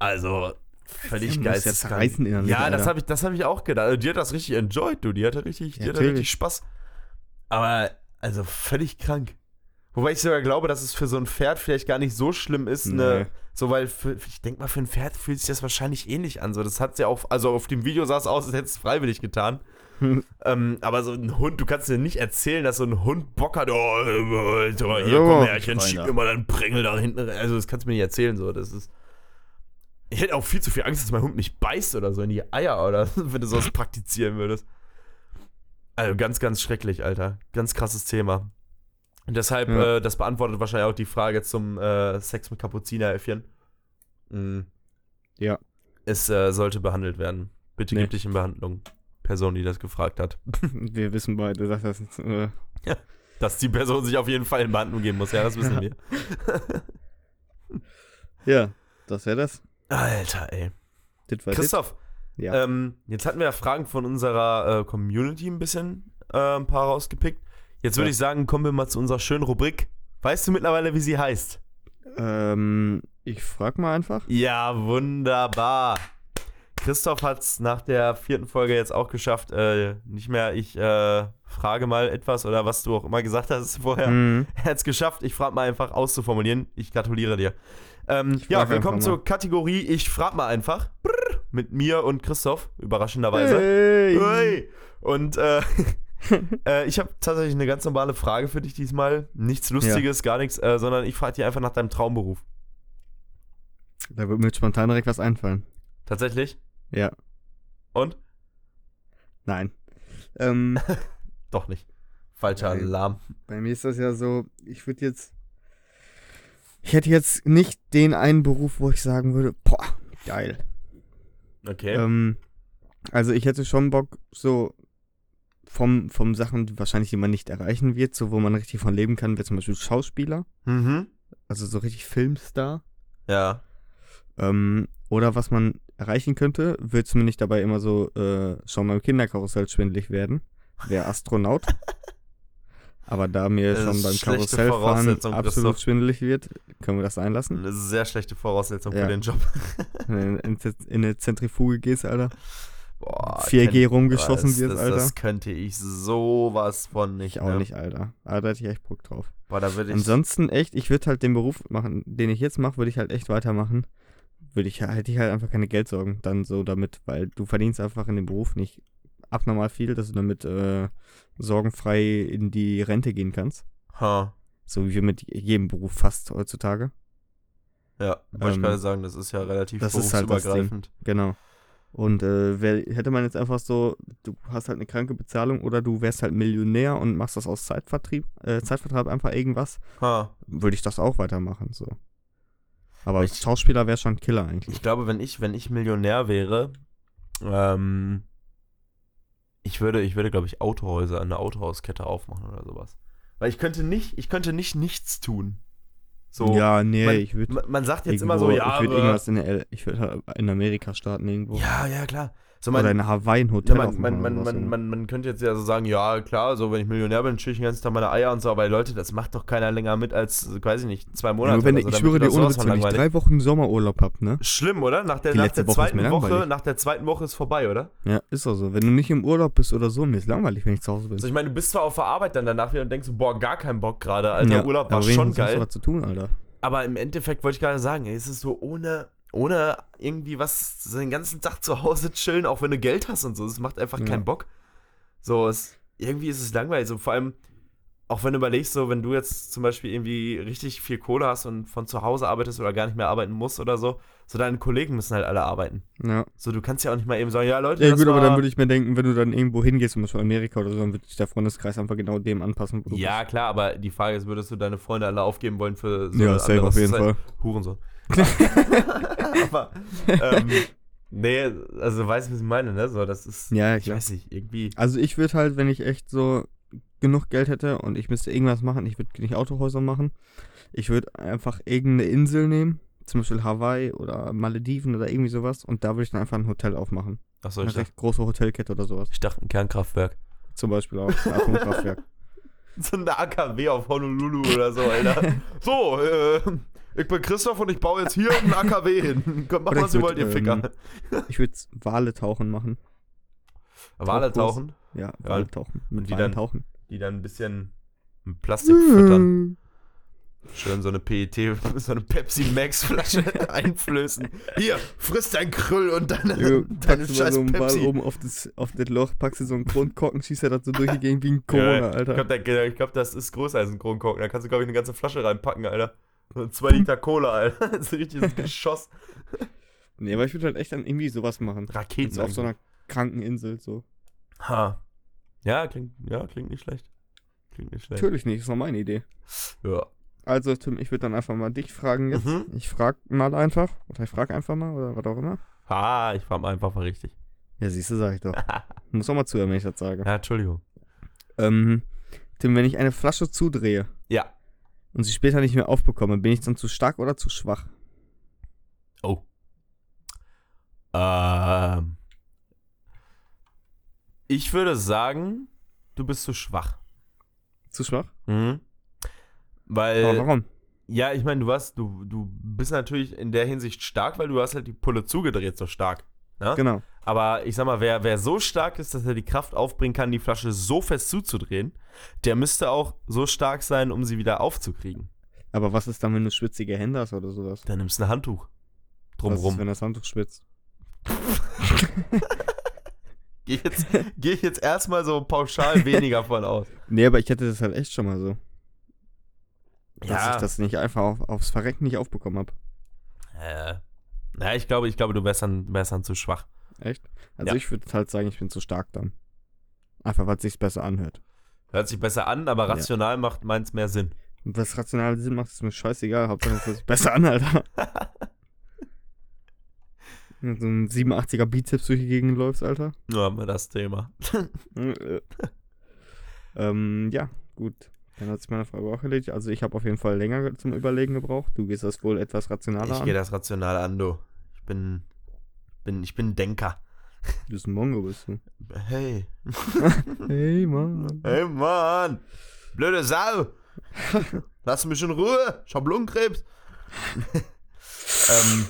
S2: also völlig
S1: muss jetzt
S2: geisteskrank.
S1: zerreißen innerlich,
S2: Ja, das
S1: Alter.
S2: habe ich, das hab ich auch gedacht. Also, die hat das richtig enjoyed, du. Die hatte richtig, die
S1: Ja,
S2: hatte richtig
S1: natürlich.
S2: Spaß. Aber also völlig krank. Wobei ich sogar glaube, dass es für so ein Pferd vielleicht gar nicht so schlimm ist, eine,
S1: Nee.
S2: so weil für, ich denke mal, für ein Pferd fühlt sich das wahrscheinlich ähnlich an. So, das hat ja auch, also auf dem Video sah es aus, als hätte es freiwillig getan. ähm, aber so ein Hund, du kannst dir nicht erzählen, dass so ein Hund Bock hat, oh, äh, äh, so, hier
S1: Ja,
S2: komm Herrchen,
S1: Freunde.
S2: schieb mir mal deinen Prängel da hinten. rein. Also das kannst du mir nicht erzählen, so, das ist. Ich hätte auch viel zu viel Angst, dass mein Hund mich beißt oder so in die Eier oder wenn du sowas praktizieren würdest. Also ganz, ganz schrecklich, Alter. Ganz krasses Thema. Und deshalb,
S1: Ja.
S2: äh, das beantwortet wahrscheinlich auch die Frage zum äh, Sex mit Kapuzineräffchen. Mhm.
S1: Ja.
S2: Es äh, sollte behandelt werden. Bitte
S1: Nee.
S2: gib dich in Behandlung. Person, die das gefragt hat.
S1: Wir wissen beide, dass das äh,
S2: Dass die Person sich auf jeden Fall in Behandlung geben muss, ja, das wissen
S1: Ja.
S2: wir.
S1: ja, das wäre das.
S2: Alter, ey.
S1: Das war das.
S2: Christoph,
S1: Ja.
S2: ähm, jetzt hatten wir ja Fragen von unserer äh, Community ein bisschen, äh, ein paar rausgepickt. Jetzt würde
S1: Ja.
S2: ich sagen, kommen wir mal zu unserer schönen Rubrik. Weißt du mittlerweile, wie sie heißt?
S1: Ähm, ich frag mal einfach.
S2: Ja, wunderbar. Christoph hat es nach der vierten Folge jetzt auch geschafft. Äh, nicht mehr, ich äh, frage mal etwas oder was du auch immer gesagt hast vorher.
S1: Mhm.
S2: Er hat es geschafft. Ich frage mal einfach auszuformulieren. Ich gratuliere dir. Ähm,
S1: frag
S2: ja, willkommen
S1: einfach mal.
S2: zur Kategorie Ich frag mal einfach. Brrr, mit mir und Christoph, überraschenderweise.
S1: Hey.
S2: Ui. Und äh, äh, ich habe tatsächlich eine ganz normale Frage für dich diesmal. Nichts Lustiges, gar nichts, äh, sondern ich frage dich einfach nach deinem Traumberuf.
S1: Da wird mir jetzt spontan direkt was einfallen.
S2: Tatsächlich?
S1: Ja.
S2: Und?
S1: Nein. Ähm,
S2: Doch nicht. Falscher
S1: Nein.
S2: Alarm.
S1: bei mir ist das ja so, ich würde jetzt. Ich hätte jetzt nicht den einen Beruf, wo ich sagen würde, boah, geil.
S2: Okay.
S1: Ähm, also ich hätte schon Bock, so vom, vom Sachen, die wahrscheinlich die man nicht erreichen wird, so wo man richtig von leben kann, wäre zum Beispiel Schauspieler,
S2: Mhm.
S1: also so richtig Filmstar.
S2: Ja.
S1: Ähm, oder was man erreichen könnte, würde es mir nicht dabei immer so äh, schon beim Kinderkarussell schwindelig werden, wäre Astronaut. Aber da mir
S2: Das
S1: schon
S2: ist
S1: beim
S2: schlechte
S1: Karussellfahren
S2: Voraussetzung,
S1: absolut
S2: Christoph.
S1: schwindelig wird, können wir das einlassen.
S2: Eine sehr schlechte Voraussetzung
S1: Ja.
S2: für den Job.
S1: Wenn du In, in eine Zentrifuge gehst, Alter.
S2: Boah,
S1: 4G rumgeschossen
S2: geschossen
S1: wirst, Alter.
S2: Das könnte ich sowas von nicht.
S1: ich auch
S2: ne?
S1: nicht, Alter. Alter, da hätte ich echt Bock drauf.
S2: Boah, da würde ich.
S1: Ansonsten echt, ich würde halt den Beruf machen, den ich jetzt mache, würde ich halt echt weitermachen. Würde ich, hätte ich halt einfach keine Geldsorgen dann so damit, weil du verdienst einfach in dem Beruf nicht abnormal viel, dass du damit äh, sorgenfrei in die Rente gehen kannst.
S2: ha.
S1: So wie mit jedem Beruf fast heutzutage.
S2: Ja, wollte ich
S1: Ähm,
S2: gerade sagen, das ist ja relativ
S1: das ist halt das Ding.
S2: berufsübergreifend.
S1: Genau. Und äh, wer, hätte man jetzt einfach so, du hast halt eine kranke Bezahlung oder du wärst halt Millionär und machst das aus Zeitvertrieb, äh, Zeitvertreib einfach irgendwas,
S2: ha.
S1: würde ich das auch weitermachen. so. Aber
S2: Ich-
S1: Schauspieler wäre schon ein Killer eigentlich.
S2: Ich glaube, wenn ich, wenn ich Millionär wäre, ähm, ich würde, ich würde, glaube ich, Autohäuser, eine Autohauskette aufmachen oder sowas. Weil ich könnte nicht, ich könnte nicht nichts tun. So.
S1: ja, nee,
S2: man,
S1: ich würde
S2: man, man sagt jetzt
S1: jetzt
S2: immer so, ja,
S1: ich würde
S2: äh,
S1: irgendwas in, der, L- ich würd halt in Amerika starten irgendwo.
S2: ja, ja, klar. So,
S1: oder
S2: man,
S1: in Hawaii ein
S2: Ja,
S1: Hotel.
S2: man,
S1: aufmachen
S2: man, man,
S1: oder was,
S2: man,
S1: Junge.
S2: man, man könnte jetzt ja so sagen, ja, klar, so wenn ich Millionär bin, schütte ich den ganzen Tag meine Eier und so, aber Leute, das macht doch keiner länger mit als, äh, weiß ich nicht, zwei Monate.
S1: Nur wenn,
S2: oder
S1: ich
S2: so, dann
S1: schwöre
S2: wird doch
S1: dir ohne
S2: sowas
S1: Witz,
S2: von
S1: wenn ich drei
S2: langweilig.
S1: Wochen Sommerurlaub hab, ne?
S2: Schlimm, oder? Nach der,
S1: Die
S2: nach
S1: letzte
S2: der
S1: Woche ist
S2: zweiten
S1: mir
S2: Woche,
S1: langweilig.
S2: nach der zweiten Woche ist vorbei, oder?
S1: Ja, ist doch so. Wenn du nicht im Urlaub bist oder so, mir ist langweilig, wenn ich zu Hause bin.
S2: Also ich meine, du bist zwar auf der Arbeit dann danach wieder und denkst, so, boah, gar keinen Bock gerade, Alter,
S1: Ja,
S2: Urlaub
S1: aber
S2: war schon
S1: wenigstens hast du
S2: geil.
S1: was zu tun, Alter.
S2: Aber im Endeffekt wollte ich gerade sagen, ey, es ist so ohne, ohne irgendwie was, so den ganzen Tag zu Hause chillen, auch wenn du Geld hast und so. Es macht einfach
S1: Ja.
S2: keinen Bock. So, es, irgendwie ist es langweilig. So, vor allem, auch wenn du überlegst, so, wenn du jetzt zum Beispiel irgendwie richtig viel Kohle hast und von zu Hause arbeitest oder gar nicht mehr arbeiten musst oder so, so deine Kollegen müssen halt alle arbeiten.
S1: Ja.
S2: So, du kannst ja auch nicht mal eben sagen, ja, Leute,
S1: Ja,
S2: lass
S1: gut, aber
S2: mal-
S1: dann würde ich mir denken, wenn du dann irgendwo hingehst, zum Beispiel Amerika oder so, dann würde sich der Freundeskreis einfach genau dem anpassen, wo du
S2: ja, klar, aber die Frage ist, würdest du deine Freunde alle aufgeben wollen für
S1: bist. Ja,
S2: eine
S1: safe
S2: andere
S1: auf jeden
S2: Zeit?
S1: Fall.
S2: Hurensohn. Aber, ähm, nee, also weißt du, was ich meine, ne? So, das ist,
S1: Ja,
S2: ich
S1: klar.
S2: weiß nicht, irgendwie.
S1: Also ich würde halt, wenn ich echt so genug Geld hätte und ich müsste irgendwas machen, ich würde nicht Autohäuser machen, ich würde einfach irgendeine Insel nehmen, zum Beispiel Hawaii oder Malediven oder irgendwie sowas und da würde ich dann einfach ein Hotel aufmachen.
S2: Achso, ich
S1: Eine
S2: dachte,
S1: recht große Hotelkette oder sowas.
S2: ich dachte ein Kernkraftwerk.
S1: Zum Beispiel auch ein Atomkraftwerk.
S2: So eine AKW auf Honolulu oder so, Alter. so, äh, ich bin Christoph und ich baue jetzt hier ein AKW hin. Kommt,
S1: Oder
S2: macht
S1: ich
S2: was ihr
S1: würd,
S2: wollt, ihr
S1: ähm,
S2: Ficker.
S1: Ich würde Wale tauchen machen.
S2: Wale
S1: Tauchkurs.
S2: tauchen,
S1: Ja, Wale tauchen. Mit
S2: die
S1: Walen
S2: dann-
S1: tauchen.
S2: die dann ein bisschen mit Plastik
S1: Hm.
S2: füttern. Schön so eine PET, so eine Pepsi Max Flasche einflößen. Hier, friss dein Krüll und deine,
S1: Jo,
S2: deine
S1: packst du mal
S2: scheiß
S1: so einen Ball um
S2: Pepsi.
S1: oben auf das, auf das Loch, packst du so einen Kronkorken, schießt er das so durch die Gegend wie ein Corona,
S2: Ja, Ich
S1: Alter.
S2: glaube, glaub, das ist größer als ein Kronkorken. Da kannst du, glaube ich, eine ganze Flasche reinpacken, Alter. So Zwei
S1: Hm.
S2: Liter Cola, Alter. Das ist ein richtiges Geschoss.
S1: Nee, aber ich würde halt echt dann irgendwie sowas machen.
S2: Raketen.
S1: So auf so einer kranken Insel so.
S2: ha. Ja, klingt, ja, klingt nicht schlecht. Klingt nicht schlecht.
S1: Natürlich nicht, das war meine Idee.
S2: Ja.
S1: Also Tim, ich würde dann einfach mal dich fragen jetzt.
S2: Mhm.
S1: Ich frag mal einfach. Oder ich frag einfach mal oder was auch immer.
S2: Ha, ich fand einfach mal richtig.
S1: Ja, siehst du, sag ich doch. Muss auch mal zuhören, wenn ich das sage.
S2: Ja, Entschuldigung.
S1: Ähm, Tim, wenn ich eine Flasche zudrehe
S2: Ja.
S1: und sie später nicht mehr aufbekomme, bin ich dann zu stark oder zu schwach?
S2: Oh. Ähm. Ich würde sagen, du bist zu schwach.
S1: Zu schwach?
S2: Mhm. Weil.
S1: Aber warum?
S2: Ja, ich meine, du warst, du, du bist natürlich in der Hinsicht stark, weil du hast halt die Pulle zugedreht so stark. Ja?
S1: Genau.
S2: Aber ich sag mal, wer, wer so stark ist, dass er die Kraft aufbringen kann, die Flasche so fest zuzudrehen, der müsste auch so stark sein, um sie wieder aufzukriegen.
S1: Aber was ist dann, wenn du schwitzige Hände hast oder sowas?
S2: Dann nimmst du ein Handtuch
S1: Was ist,
S2: drumrum.
S1: wenn das Handtuch schwitzt?
S2: Gehe ich jetzt, geh ich jetzt erstmal so pauschal weniger von aus.
S1: Nee, aber ich hätte das halt echt schon mal so. Dass
S2: Ja.
S1: ich das nicht einfach auf, aufs Verrecken nicht aufbekommen habe.
S2: Äh, naja, ich glaube, ich glaube, du wärst dann, wärst dann zu schwach.
S1: Echt? Also
S2: Ja.
S1: ich würde halt sagen, ich bin zu stark dann. Einfach, weil es sich besser anhört.
S2: Hört sich besser an, aber
S1: Ja.
S2: rational macht meins mehr Sinn.
S1: Und was rational Sinn macht, ist mir scheißegal. Hauptsache, es hört sich besser an, Alter. Mit so einem 87er Bizeps durch die Gegend läufst, Alter.
S2: Nur haben wir das Thema.
S1: Äh. ähm, ja, gut. Dann hat sich meine Frage auch erledigt. Also ich habe auf jeden Fall länger zum Überlegen gebraucht. Du gehst das wohl etwas rationaler
S2: Ich gehe
S1: an.
S2: das rational an, du. Ich bin, bin, ich bin Denker.
S1: Du bist ein Mongo, bist du.
S2: Hey.
S1: Hey, Mann.
S2: Hey, Mann. Blöde Sau. Lass mich in Ruhe. Ich hab Lungenkrebs. ähm,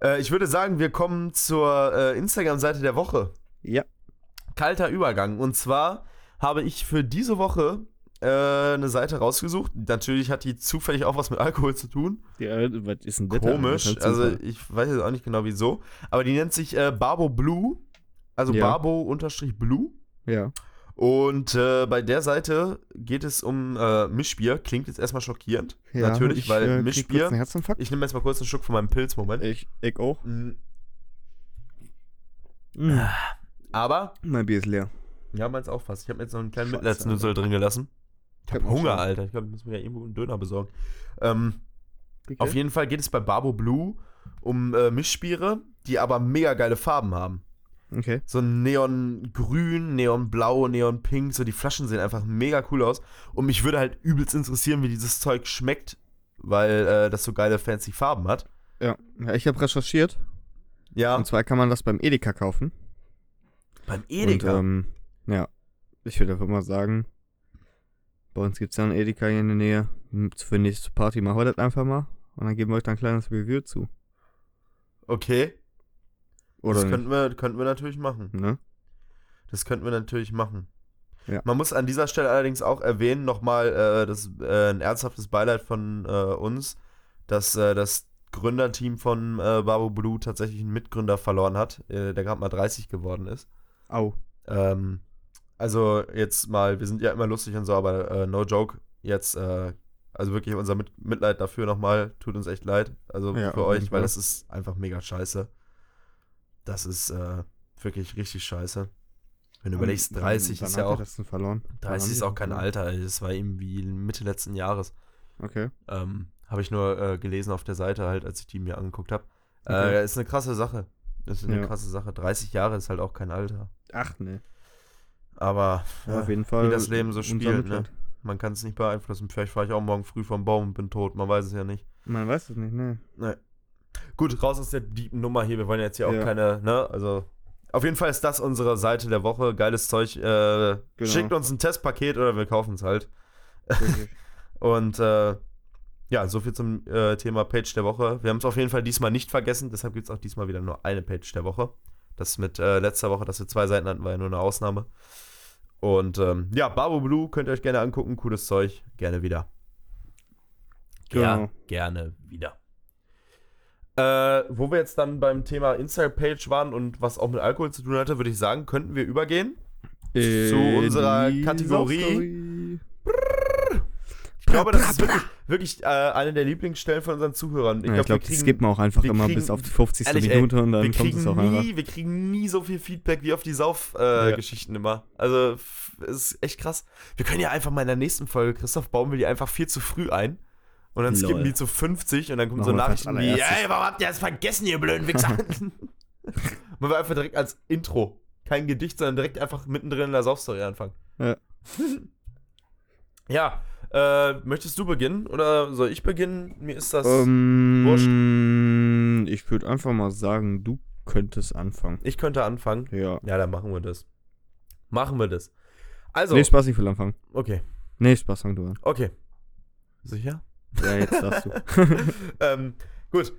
S2: ah. äh, ich würde sagen, wir kommen zur äh, Instagram-Seite der Woche.
S1: Ja,
S2: kalter Übergang. Und zwar habe ich für diese Woche äh, eine Seite rausgesucht. Natürlich hat die zufällig auch was mit Alkohol zu tun.
S1: die, äh, was ist denn das?
S2: Komisch.
S1: Alter?
S2: Also ich weiß jetzt auch nicht genau wieso. Aber die nennt sich äh, Barbo Blue. Also
S1: Ja.
S2: Barbo-Blue.
S1: Ja.
S2: Und äh, bei der Seite geht es um äh, Mischbier. Klingt jetzt erstmal schockierend.
S1: ja,
S2: natürlich,
S1: ich,
S2: weil
S1: äh, krieg kurz einen
S2: Mischbier.
S1: Herzinfarkt.
S2: Ich nehme jetzt mal kurz einen Schluck von meinem Pilz. Moment.
S1: Ich, ich auch.
S2: Mm,
S1: Mm.
S2: Ah. Aber,
S1: Mein Bier ist leer.
S2: ja, meins auch fast. Ich habe mir jetzt noch einen kleinen
S1: Scheiße,
S2: Mitleidsnüssel drin gelassen.
S1: Ich
S2: hab Hunger, Alter. Ich glaube, ich muss mir ja irgendwo einen Döner besorgen. Ähm, Auf
S1: Auf jeden
S2: jeden Fall geht es bei Barbo Blue um äh, Mischbiere, die aber mega geile Farben haben.
S1: okay.
S2: So ein Neongrün, Neonblau, Neonpink, so die Flaschen sehen einfach mega cool aus. Und mich würde halt übelst interessieren, wie dieses Zeug schmeckt, weil äh, das so geile fancy Farben hat.
S1: Ja. ja ich habe recherchiert.
S2: Ja,
S1: Und zwar kann man das beim Edeka kaufen.
S2: beim Edeka.
S1: Und, ähm, ja, ich würde einfach mal sagen, bei uns gibt es ja einen Edeka hier in der Nähe. Hm, Für nächste Party machen wir das einfach mal. Und dann geben wir euch da ein kleines Review zu.
S2: okay,
S1: Oder
S2: das
S1: nicht,
S2: könnten wir, könnten wir natürlich machen.
S1: ne?
S2: Das könnten wir natürlich machen.
S1: Ja.
S2: Man muss an dieser Stelle allerdings auch erwähnen, nochmal äh, das, äh, ein ernsthaftes Beileid von äh, uns, dass äh, das Gründerteam von äh, Babu Blue tatsächlich einen Mitgründer verloren hat, äh, der gerade mal 30 geworden ist.
S1: Au.
S2: Ähm, also jetzt mal, wir sind ja immer lustig und so, aber äh, no joke, jetzt, äh, also wirklich unser Mit Mitleid dafür nochmal, tut uns echt leid, also
S1: Ja,
S2: für
S1: auf
S2: euch,
S1: jeden
S2: weil
S1: Fall.
S2: das ist einfach mega scheiße. Das ist äh, wirklich richtig scheiße. Wenn du überlegst, 30
S1: Wann- wann
S2: ist ja
S1: hat er
S2: auch,
S1: Das denn verloren? Wann
S2: 30
S1: haben
S2: ist
S1: die
S2: auch kein
S1: verloren?
S2: Alter, ey, das war irgendwie Mitte letzten Jahres.
S1: Okay.
S2: Ähm, habe ich nur äh, gelesen auf der Seite halt, als ich die mir angeguckt habe.
S1: Okay.
S2: Äh, ist eine krasse Sache. Ist eine
S1: Ja.
S2: krasse Sache. 30 Jahre ist halt auch kein Alter.
S1: Ach, ne.
S2: Aber
S1: Ja,
S2: äh,
S1: auf jeden Fall.
S2: wie das Leben so
S1: unser
S2: spielt, ne?
S1: Mitleid.
S2: Man kann es nicht beeinflussen. Vielleicht fahre ich auch morgen früh vom Baum und bin tot. Man weiß es ja nicht.
S1: Man weiß es nicht, ne?
S2: Gut, raus aus der deepen Nummer hier. Wir wollen jetzt hier auch
S1: Ja.
S2: keine, ne? Also, auf jeden Fall ist das unsere Seite der Woche. Geiles Zeug. Äh,
S1: Genau.
S2: Schickt uns ein Testpaket oder wir kaufen es halt.
S1: Wirklich.
S2: Und äh, ja, soviel zum äh, Thema Page der Woche. Wir haben es auf jeden Fall diesmal nicht vergessen. Deshalb gibt es auch diesmal wieder nur eine Page der Woche. Das mit äh, letzter Woche, dass wir zwei Seiten hatten, war ja nur eine Ausnahme. Und ähm, ja, Barbo Blue könnt ihr euch gerne angucken. Cooles Zeug. Gerne wieder.
S1: Genau.
S2: gerne wieder. Äh, wo wir jetzt dann beim Thema Insta-Page waren und was auch mit Alkohol zu tun hatte, würde ich sagen, könnten wir übergehen. Zu unserer
S1: Äh, die
S2: Kategorie.
S1: Saufstory.
S2: Ich glaube, das ist wirklich, wirklich äh, eine der Lieblingsstellen von unseren Zuhörern.
S1: Ja, ich
S2: wir
S1: glaube, das
S2: kriegen-
S1: skippen wir auch einfach
S2: wir
S1: immer
S2: kriegen-
S1: bis auf die 50.
S2: Ehrlich, ey,
S1: Minute und
S2: wir
S1: dann kommt
S2: kriegen,
S1: es auch einfach.
S2: nie, wir kriegen nie so viel Feedback wie auf die
S1: Ja.
S2: Sauf-Geschichten immer. Also, f- ist echt krass. Wir können ja einfach mal in der nächsten Folge, Christoph, bauen wir die einfach viel zu früh ein. Und dann skippen
S1: Lol.
S2: die zu 50 und dann kommen
S1: Machen
S2: so
S1: wir
S2: Nachrichten
S1: als
S2: wie,
S1: allererstes.
S2: ey, warum habt ihr das vergessen, ihr blöden Wichser? Man wir einfach direkt als Intro. Kein Gedicht, sondern direkt einfach mittendrin in der Saufstory anfangen.
S1: Ja.
S2: ja, äh, möchtest du beginnen oder soll ich beginnen? Mir ist das.
S1: Ähm, ich würde einfach mal sagen, du könntest anfangen.
S2: Ich könnte anfangen.
S1: Ja.
S2: Ja, dann machen wir das. Machen wir das. Also,
S1: Nee, Spaß, ich will anfangen.
S2: okay,
S1: Nee, Spaß, fang du an.
S2: okay. Sicher?
S1: Ja, jetzt darfst du.
S2: ähm, gut.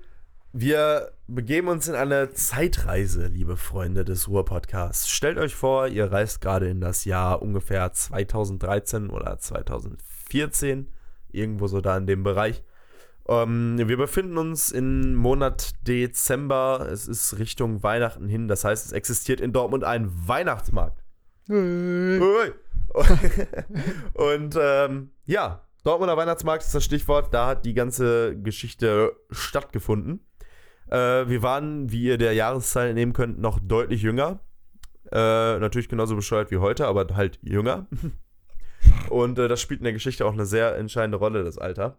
S2: Wir begeben uns in eine Zeitreise, liebe Freunde des Ruhr-Podcasts. Stellt euch vor, ihr reist gerade in das Jahr ungefähr 2013 oder 2014, irgendwo so da in dem Bereich, Ähm, wir befinden uns im Monat Dezember. Es ist Richtung Weihnachten hin. Das heißt, es existiert in Dortmund ein Weihnachtsmarkt. Ui. Und ähm, ja, Dortmunder Weihnachtsmarkt ist das Stichwort. Da hat die ganze Geschichte stattgefunden. Äh, wir waren, wie ihr der Jahreszahl entnehmen könnt, noch deutlich jünger. Äh, natürlich genauso bescheuert wie heute, aber halt jünger. Und äh, das spielt in der Geschichte auch eine sehr entscheidende Rolle, das Alter.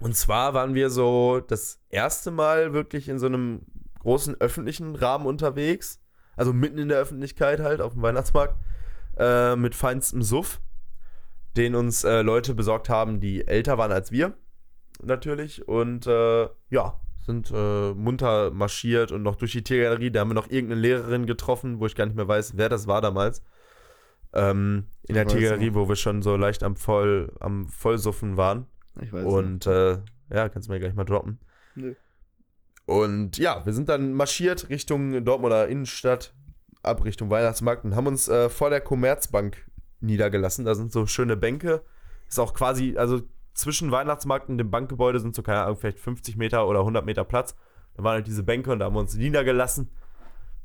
S2: Und zwar waren wir so das erste Mal wirklich in so einem großen öffentlichen Rahmen unterwegs. Also mitten in der Öffentlichkeit halt, auf dem Weihnachtsmarkt. Äh, mit feinstem Suff, den uns äh, Leute besorgt haben, die älter waren als wir. Natürlich. Und äh, ja, sind äh, munter marschiert und noch durch die Tiergalerie. Da haben wir noch irgendeine Lehrerin getroffen, wo ich gar nicht mehr weiß, wer das war damals. Ähm, in der
S1: Ich weiß
S2: Tiergalerie,
S1: nicht.
S2: wo wir schon so leicht am, Voll, am Vollsuffen waren.
S1: Ich weiß nicht.
S2: Und äh, ja, kannst du mir gleich mal droppen.
S1: Nö.
S2: Und ja, wir sind dann marschiert Richtung Dortmunder Innenstadt, ab Richtung Weihnachtsmarkt und haben uns äh, vor der Commerzbank niedergelassen. Da sind so schöne Bänke. Ist auch quasi, also zwischen Weihnachtsmarkt und dem Bankgebäude sind so, keine Ahnung, vielleicht 50 Meter oder 100 Meter Platz. Da waren halt diese Bänke und da haben wir uns niedergelassen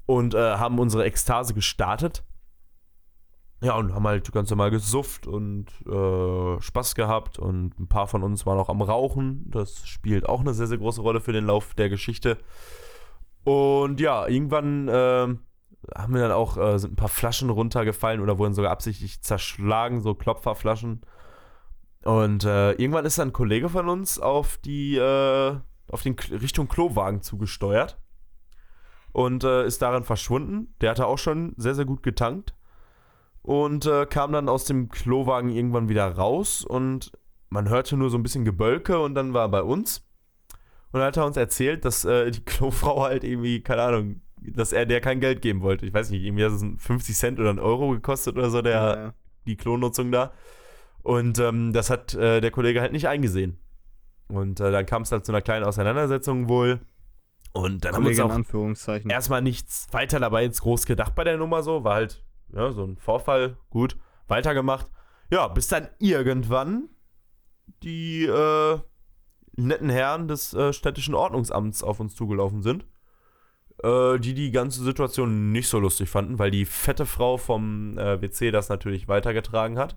S2: und äh, haben unsere Ekstase gestartet. Ja, und haben halt ganz normal gesufft und äh, Spaß gehabt und ein paar von uns waren auch am Rauchen. Das spielt auch eine sehr, sehr große Rolle für den Lauf der Geschichte. Und ja, irgendwann ähm, haben wir dann auch äh, sind ein paar Flaschen runtergefallen oder wurden sogar absichtlich zerschlagen, so Klopferflaschen. Und äh, irgendwann ist dann ein Kollege von uns auf die äh, auf den K Richtung Klowagen zugesteuert und äh, ist daran verschwunden. Der hatte auch schon sehr, sehr gut getankt und äh, kam dann aus dem Klowagen irgendwann wieder raus und man hörte nur so ein bisschen Gebölke und dann war er bei uns. Und dann hat er uns erzählt, dass äh, die Klofrau halt irgendwie, keine Ahnung, dass er der kein Geld geben wollte. Ich weiß nicht, irgendwie hat es einen 50 Cent oder einen Euro gekostet oder so, der,
S1: Ja,
S2: die Klonnutzung da. Und ähm, das hat äh, der Kollege halt nicht eingesehen. Und äh, dann kam es halt zu einer kleinen Auseinandersetzung wohl. Und dann
S1: Kollege in
S2: haben wir uns
S1: Anführungszeichen.
S2: auch erstmal nichts weiter dabei jetzt groß gedacht bei der Nummer so. War halt ja, so ein Vorfall, gut, weitergemacht. Ja, bis dann irgendwann die äh, netten Herren des äh, städtischen Ordnungsamts auf uns zugelaufen sind, äh, die die ganze Situation nicht so lustig fanden, weil die fette Frau vom äh, WC das natürlich weitergetragen hat,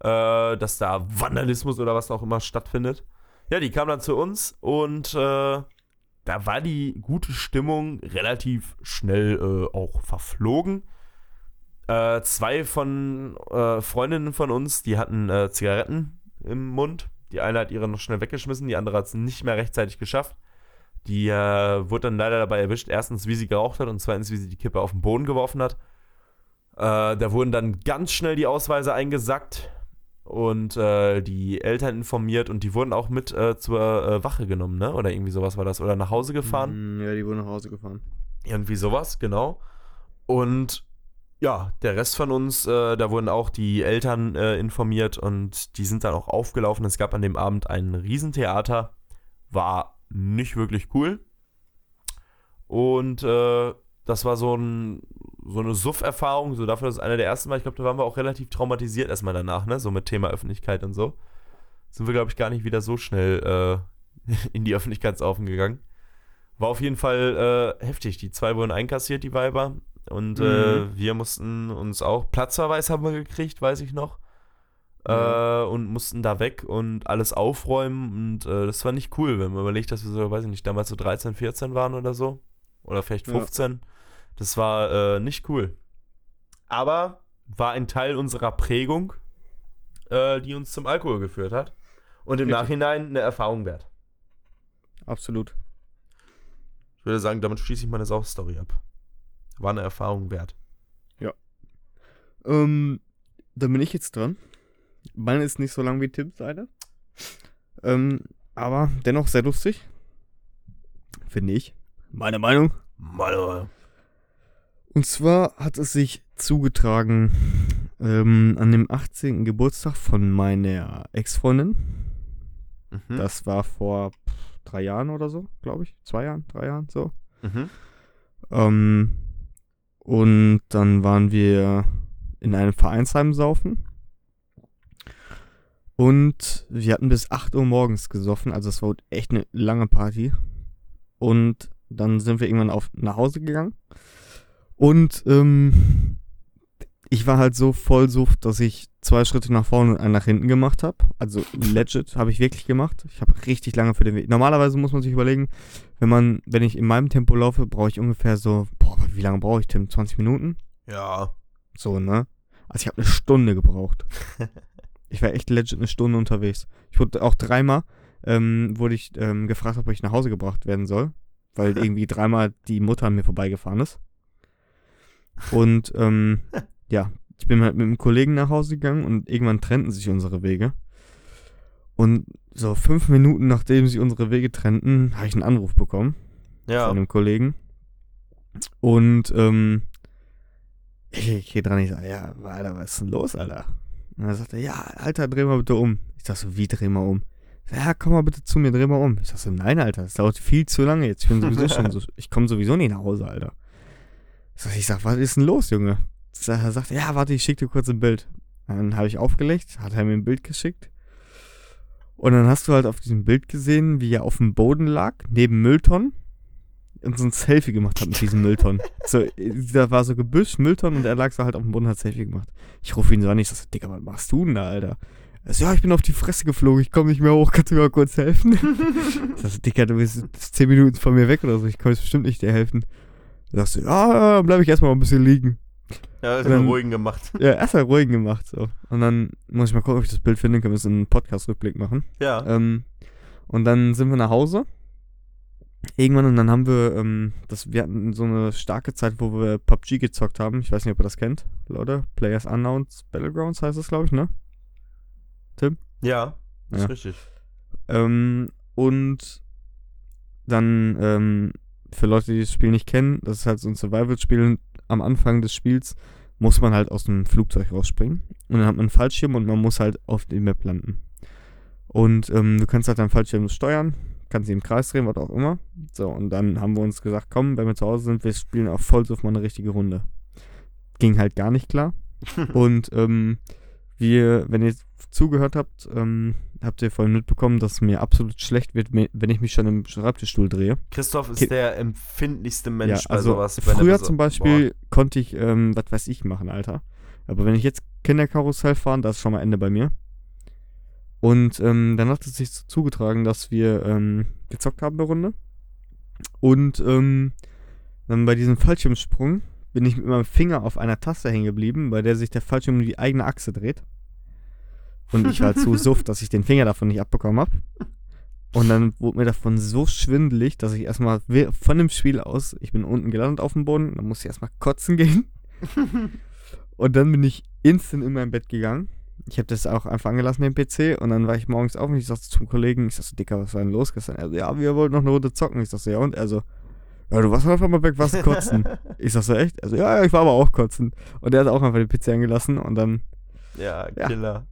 S2: äh, dass da Vandalismus oder was auch immer stattfindet. Ja, die kam dann zu uns und äh, da war die gute Stimmung relativ schnell äh, auch verflogen. Äh, zwei von äh, Freundinnen von uns, die hatten äh, Zigaretten im Mund. Die eine hat ihre noch schnell weggeschmissen, die andere hat es nicht mehr rechtzeitig geschafft. Die äh, wurde dann leider dabei erwischt, erstens, wie sie geraucht hat und zweitens, wie sie die Kippe auf den Boden geworfen hat. Äh, da wurden dann ganz schnell die Ausweise eingesackt und äh, die Eltern informiert und die wurden auch mit äh, zur äh, Wache genommen, ne? Oder irgendwie sowas war das. Oder nach Hause gefahren.
S1: Mm, Ja, die wurden nach Hause gefahren.
S2: Irgendwie sowas, genau. Und ja, der Rest von uns, äh, da wurden auch die Eltern äh, informiert und die sind dann auch aufgelaufen. Es gab an dem Abend ein Riesentheater. War nicht wirklich cool. Und äh, das war so, ein, so eine Suff-Erfahrung, so dafür, dass es einer der ersten war. Ich glaube, da waren wir auch relativ traumatisiert erstmal danach, ne? So mit Thema Öffentlichkeit und so. Sind wir, glaube ich, gar nicht wieder so schnell äh, in die Öffentlichkeitsaufen gegangen. War auf jeden Fall äh, heftig. Die zwei wurden einkassiert, die Weiber. Und äh,
S1: Mhm.
S2: wir mussten uns auch Platzverweis haben wir gekriegt, weiß ich noch. Äh,
S1: Mhm.
S2: und mussten da weg und alles aufräumen. Und äh, das war nicht cool, wenn man überlegt, dass wir so, weiß ich nicht, damals so 13, 14 waren oder so. Oder vielleicht
S1: Ja.
S2: 15. Das war äh, nicht cool. Aber war ein Teil unserer Prägung, äh, die uns zum Alkohol geführt hat. Und im
S1: Richtig.
S2: Nachhinein eine Erfahrung wert.
S1: Absolut.
S2: Ich würde sagen, damit schließe ich meine Saufstory ab. War eine Erfahrung wert.
S1: Ähm, dann bin ich jetzt dran. Meine ist nicht so lang wie Tims seine. Ähm, aber dennoch sehr lustig. Finde ich. Meine Meinung.
S2: Mal.
S1: Und zwar hat es sich zugetragen ähm, an dem 18. Geburtstag von meiner Ex-Freundin.
S2: Mhm.
S1: Das war vor pff, drei Jahren oder so, glaube ich. Zwei Jahren, drei Jahren, so.
S2: Mhm.
S1: Ähm, und dann waren wir in einem Vereinsheim saufen. Und wir hatten bis 8 Uhr morgens gesoffen, also es war echt eine lange Party. Und dann sind wir irgendwann auf, nach Hause gegangen. Und ähm, ich war halt so voll Sucht, dass ich zwei Schritte nach vorne und einen nach hinten gemacht habe. Also legit habe ich wirklich gemacht. Ich habe richtig lange für den Weg. Normalerweise muss man sich überlegen, wenn man, wenn ich in meinem Tempo laufe, brauche ich ungefähr so, boah, wie lange brauche ich, Tim? 20 Minuten?
S2: Ja.
S1: So, ne? Also ich habe eine Stunde gebraucht. ich war echt legit eine Stunde unterwegs. Ich wurde auch dreimal, ähm, wurde ich ähm, gefragt, ob ich nach Hause gebracht werden soll, weil irgendwie dreimal die Mutter an mir vorbeigefahren ist. Und ähm, ja, ich bin halt mit einem Kollegen nach Hause gegangen und irgendwann trennten sich unsere Wege. Und so fünf Minuten nachdem sich unsere Wege trennten, habe ich einen Anruf bekommen
S2: Ja.
S1: von einem Kollegen. Und ähm, ich, ich gehe dran, ich sage, ja, Alter, was ist denn los, Alter? Und er sagte, ja, Alter, dreh mal bitte um. Ich sag so, wie dreh mal um? Ja, komm mal bitte zu mir, dreh mal um. Ich sag so, nein, Alter, das dauert viel zu lange jetzt. Ich bin sowieso schon so, ich komme sowieso nicht nach Hause, Alter. Ich sag, ich sag, was ist denn los, Junge? Sa- Er sagt, ja, warte, ich schick dir kurz ein Bild. Dann habe ich aufgelegt, hat er mir ein Bild geschickt. Und dann hast du halt auf diesem Bild gesehen, wie er auf dem Boden lag, neben Mülltonnen. Und so ein Selfie gemacht hat mit diesem Mülltonnen. So, äh, da war so Gebüsch, Mülltonnen und er lag so halt auf dem Boden, hat Selfie gemacht. Ich rufe ihn so an, ich sag, Digga, was machst du denn da, Alter? Er so, ja, ich bin auf die Fresse geflogen, ich komme nicht mehr hoch, kannst du mir mal kurz helfen? ich sag, so, Digga, du bist zehn Minuten von mir weg oder so, ich kann jetzt bestimmt nicht dir helfen. Er sagt so, ja, bleib ich erstmal ein bisschen liegen.
S2: Ja, ist
S1: Und
S2: mir
S1: dann-
S2: ruhigen gemacht.
S1: Ja, erstmal ruhig gemacht. So. Und dann muss ich mal gucken, ob ich das Bild finde. Können wir es in einen Podcast-Rückblick machen.
S2: Ja.
S1: Ähm, und dann sind wir nach Hause. Irgendwann und dann haben wir, ähm, das, wir hatten so eine starke Zeit, wo wir PUBG gezockt haben. Ich weiß nicht, ob ihr das kennt, Leute. Players Unknowns Battlegrounds heißt es, glaube ich, ne?
S2: Ja. Ist
S1: Ja.
S2: richtig.
S1: Ähm, und dann, ähm, für Leute, die das Spiel nicht kennen, das ist halt so ein Survival-Spiel. Am Anfang des Spiels muss man halt aus dem Flugzeug rausspringen. Und dann hat man einen Fallschirm und man muss halt auf dem Map landen. Und ähm, du kannst halt deinen Fallschirm steuern, kannst ihn im Kreis drehen, was auch immer. So, und dann haben wir uns gesagt, komm, wenn wir zu Hause sind, wir spielen auf Vollsuff mal eine richtige Runde. Ging halt gar nicht klar. und ähm, wir, wenn ihr zugehört habt, ähm, habt ihr vorhin mitbekommen, dass mir absolut schlecht wird, me- wenn ich mich schon im Schreibtischstuhl drehe.
S2: Christoph ist
S1: Ki-
S2: der empfindlichste Mensch
S1: ja, also
S2: bei sowas. wenn er
S1: früher
S2: beso-
S1: zum Beispiel konnte ich, ähm, was weiß ich, machen, Alter. Aber wenn ich jetzt Kinderkarussell fahren, da ist schon mal Ende bei mir. Und ähm, dann hat es sich so zugetragen, dass wir ähm, gezockt haben eine Runde. Und ähm, dann bei diesem Fallschirmsprung bin ich mit meinem Finger auf einer Taste hängen geblieben, bei der sich der Fallschirm um die eigene Achse dreht. Und ich war zu suft, dass ich den Finger davon nicht abbekommen habe. Und dann wurde mir davon so schwindelig, dass ich erstmal we- von dem Spiel aus, ich bin unten gelandet auf dem Boden, dann musste ich erstmal kotzen gehen. und dann bin ich instant in mein Bett gegangen. Ich habe das auch einfach angelassen, den PC. Und dann war ich morgens auf und ich sagte zum Kollegen, ich sagte, Dicker, was war denn los gestern? Er so, ja, wir wollten noch eine Runde zocken. Ich sagte, ja, und? Er so, ja, du warst halt einfach mal weg, warst kotzen. ich sagte, so, echt? Also, ja, ja, ich war aber auch kotzen. Und er hat auch einfach den PC angelassen und dann
S2: Ja,
S1: Ja.
S2: Killer.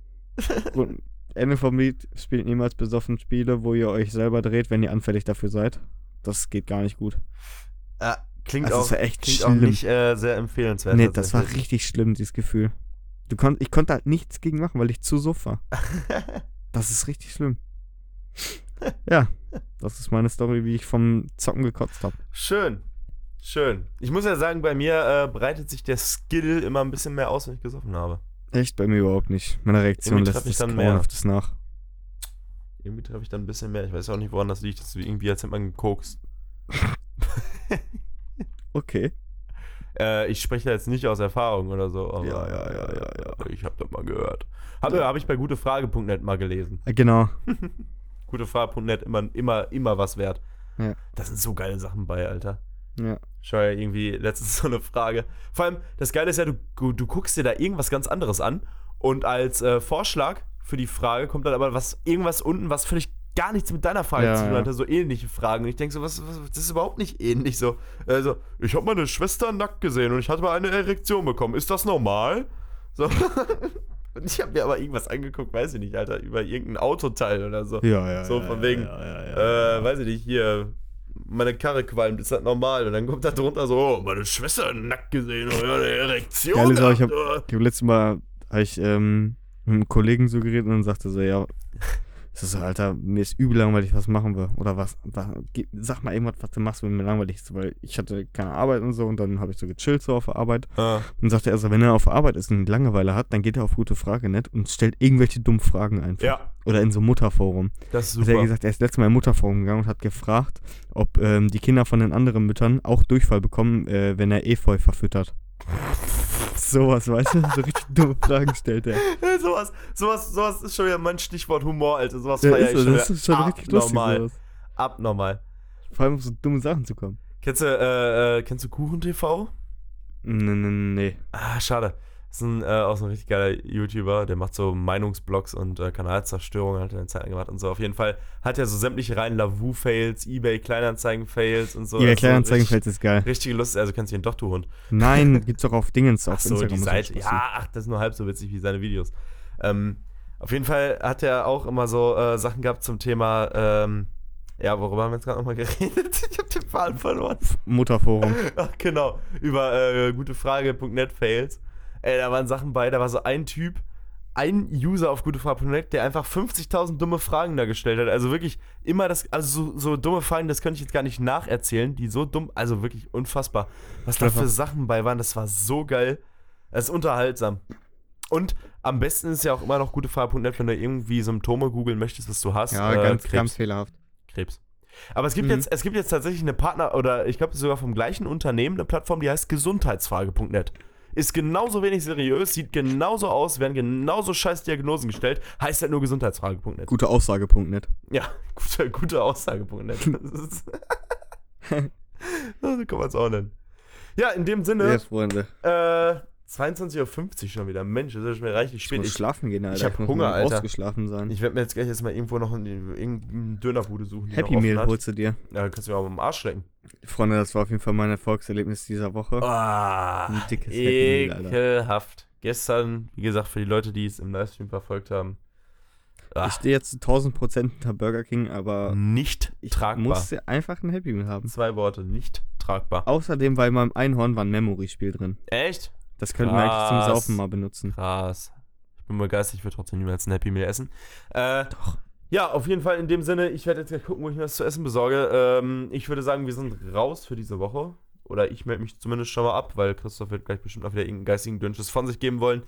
S1: und Ende vom Lied, spielt niemals besoffen Spiele, wo ihr euch selber dreht, wenn ihr anfällig dafür seid. Das geht gar nicht gut.
S2: Ah, klingt
S1: Also, es
S2: auch,
S1: war echt
S2: klingt auch
S1: schlimm.
S2: nicht äh, sehr empfehlenswert.
S1: nee, das war
S2: tatsächlich.
S1: richtig schlimm, dieses Gefühl. Du konnt, ich konnte halt nichts gegen machen, weil ich zu suff war. Das ist richtig schlimm. ja, das ist meine Story, wie ich vom Zocken gekotzt habe.
S2: Schön. Schön. Ich muss ja sagen, bei mir äh, breitet sich der Skill immer ein bisschen mehr aus, wenn ich gesoffen habe.
S1: Echt bei mir überhaupt nicht. Meine Reaktion
S2: Irgendwie
S1: lässt
S2: treff ich
S1: das
S2: dann mehr.
S1: Grauenhaftes nach.
S2: Irgendwie treffe ich dann ein bisschen mehr. Ich weiß auch nicht, woran das liegt. Das ist wie irgendwie, als hätte man gekokst.
S1: Okay.
S2: Äh, ich spreche da jetzt nicht aus Erfahrung oder so. Aber
S1: Ja, ja, ja, ja,
S2: ja. Ich habe das mal gehört. Habe hab ich bei gutefrage.net mal gelesen.
S1: Äh, Genau.
S2: Gutefrage.net immer, immer, immer was wert.
S1: Ja.
S2: Das sind so geile Sachen bei, Alter.
S1: Ja.
S2: Schau ja irgendwie letztens so eine Frage. Vor allem, das Geile ist ja, du, du, du guckst dir da irgendwas ganz anderes an und als äh, Vorschlag für die Frage kommt dann aber was, irgendwas unten, was völlig gar nichts mit deiner Frage
S1: Ja,
S2: zu tun
S1: ja.
S2: hatte, so ähnliche Fragen. Und ich denke so, was, was, das ist überhaupt nicht ähnlich so. Also, ich habe meine Schwester nackt gesehen und ich hatte mal eine Erektion bekommen. Ist das normal? So. und ich habe mir aber irgendwas angeguckt, weiß ich nicht, Alter, über irgendein Autoteil oder so.
S1: Ja, ja.
S2: So,
S1: ja,
S2: von
S1: ja,
S2: wegen,
S1: Ja, ja, ja.
S2: Äh, weiß ich nicht, hier, meine Karre qualmt, ist das normal? Und dann kommt da drunter so, oh, meine Schwester nackt gesehen, oh, ja, eine Erektion.
S1: Geil ist auch, ich
S2: gehabt,
S1: Ich hab letztes Mal hab ich ähm, mit einem Kollegen so geredet und dann sagte so, ja, ich so, so, Alter, mir ist übel langweilig, was machen wir? Oder was, wa- gib- sag mal irgendwas, was du machst, wenn mir langweilig ist, weil ich hatte keine Arbeit und so und dann habe ich so gechillt so auf der Arbeit.
S2: Ah,
S1: Und sagte er so, wenn er auf der Arbeit ist und Langeweile hat, dann geht er auf gute Frage nicht und stellt irgendwelche dummen Fragen einfach.
S2: ja,
S1: Oder in so einem Mutterforum.
S2: das ist
S1: Also er hat
S2: super.
S1: gesagt, er ist letztes Mal im Mutterforum gegangen und hat gefragt, ob ähm, die Kinder von den anderen Müttern auch Durchfall bekommen, äh, wenn er Efeu verfüttert. Sowas, weißt du? So richtig dumme Fragen stellt er.
S2: Ja, sowas, sowas, sowas ist schon wieder mein Stichwort Humor, Alter. Sowas
S1: Ja,
S2: feier ich
S1: ist, so,
S2: schon
S1: das
S2: wieder
S1: ist schon richtig lustig.
S2: abnormal.
S1: Sowas.
S2: abnormal.
S1: Vor allem auf so dumme Sachen zu kommen.
S2: Kennst du, äh, äh, kennst du Kuchen TV?
S1: Nee, nee, nee.
S2: Ah, schade. Das ist ein, äh, auch so ein richtig geiler YouTuber, der macht so Meinungsblogs und äh, Kanalzerstörung, hat er eine Zeit lang gemacht und so. Auf jeden Fall hat er so sämtliche rein Lavu-Fails, Ebay-Kleinanzeigen-Fails und so.
S1: So, eBay
S2: Das ist so
S1: Kleinanzeigen
S2: richtig-
S1: fällt es geil.
S2: Richtige Lust, also kannst du dich einen Dochtuhund.
S1: Nein, gibt's doch auf Dingens auf
S2: Ach so,
S1: Instagram.
S2: die
S1: muss man
S2: Seite.
S1: spaßen.
S2: Ja, ach, das ist nur halb so witzig wie seine Videos. Ähm, auf jeden Fall hat er auch immer so äh, Sachen gehabt zum Thema, ähm, ja, worüber haben wir jetzt gerade nochmal geredet? Ich hab den Faden verloren.
S1: Mutterforum.
S2: Ach, genau. Über äh, gutefrage.net Fails. Ey, da waren Sachen bei, da war so ein Typ, ein User auf gutefrage.net, der einfach 50.000 dumme Fragen da gestellt hat. Also wirklich immer das, also so, so dumme Fragen, das könnte ich jetzt gar nicht nacherzählen, die so dumm, also wirklich unfassbar. Was da
S1: Clever.
S2: für Sachen bei waren, das war so geil. Es ist unterhaltsam. Und am besten ist ja auch immer noch gutefrage.net, wenn du irgendwie Symptome googeln möchtest, was du hast.
S1: Ja,
S2: äh,
S1: ganz,
S2: Krebs.
S1: ganz fehlerhaft.
S2: Krebs. Aber es gibt,
S1: Mhm.
S2: jetzt, es gibt jetzt tatsächlich eine Partner, oder ich glaube sogar vom gleichen Unternehmen, eine Plattform, die heißt gesundheitsfrage.net. Ist genauso wenig seriös, sieht genauso aus, werden genauso scheiß Diagnosen gestellt, heißt halt nur gesundheitsfrage.net.
S1: Gute Aussagepunkt, nicht?
S2: Ja, gute, gute Aussage.net. Das ist- so kann man es auch nennen. Ja, in dem Sinne,
S1: Freunde.
S2: äh, 22.50 Uhr schon wieder. Mensch, das ist schon wieder reichlich
S1: Ich
S2: spät.
S1: muss
S2: Ich,
S1: schlafen gehen, Alter.
S2: ich hab
S1: muss
S2: Hunger,
S1: mal
S2: Alter.
S1: ausgeschlafen sein.
S2: ich werde mir jetzt gleich erstmal irgendwo noch einen- irgendeine Dönerbude suchen. die
S1: Happy
S2: noch offen
S1: Meal
S2: hat.
S1: holst du dir.
S2: Ja, kannst du mir auch am Arsch lecken.
S1: Freunde, das war auf jeden Fall mein Erfolgserlebnis dieser Woche.
S2: Ah,
S1: Ein dickes Happy Meal, Alter.
S2: ekelhaft. Gestern, wie gesagt, für die Leute, die es im Livestream verfolgt haben, ah.
S1: Ich stehe jetzt 1000% hinter Burger King, aber
S2: nicht
S1: ich
S2: tragbar.
S1: musste einfach ein Happy Meal haben.
S2: Zwei Worte, nicht tragbar.
S1: Außerdem war in meinem Einhorn war ein Memory-Spiel drin.
S2: Echt?
S1: Das könnten wir eigentlich zum
S2: Krass.
S1: Saufen mal benutzen.
S2: Krass. Ich bin begeistert, ich würde trotzdem niemals ein Happy Meal essen. Äh, Doch. Ja, auf jeden Fall in dem Sinne, ich werde jetzt gleich gucken, wo ich mir was zu essen besorge. Ähm, ich würde sagen, wir sind raus für diese Woche. Oder ich melde mich zumindest schon mal ab, weil Christoph wird gleich bestimmt noch wieder irgendeinen geistigen Dünnschiss von sich geben wollen.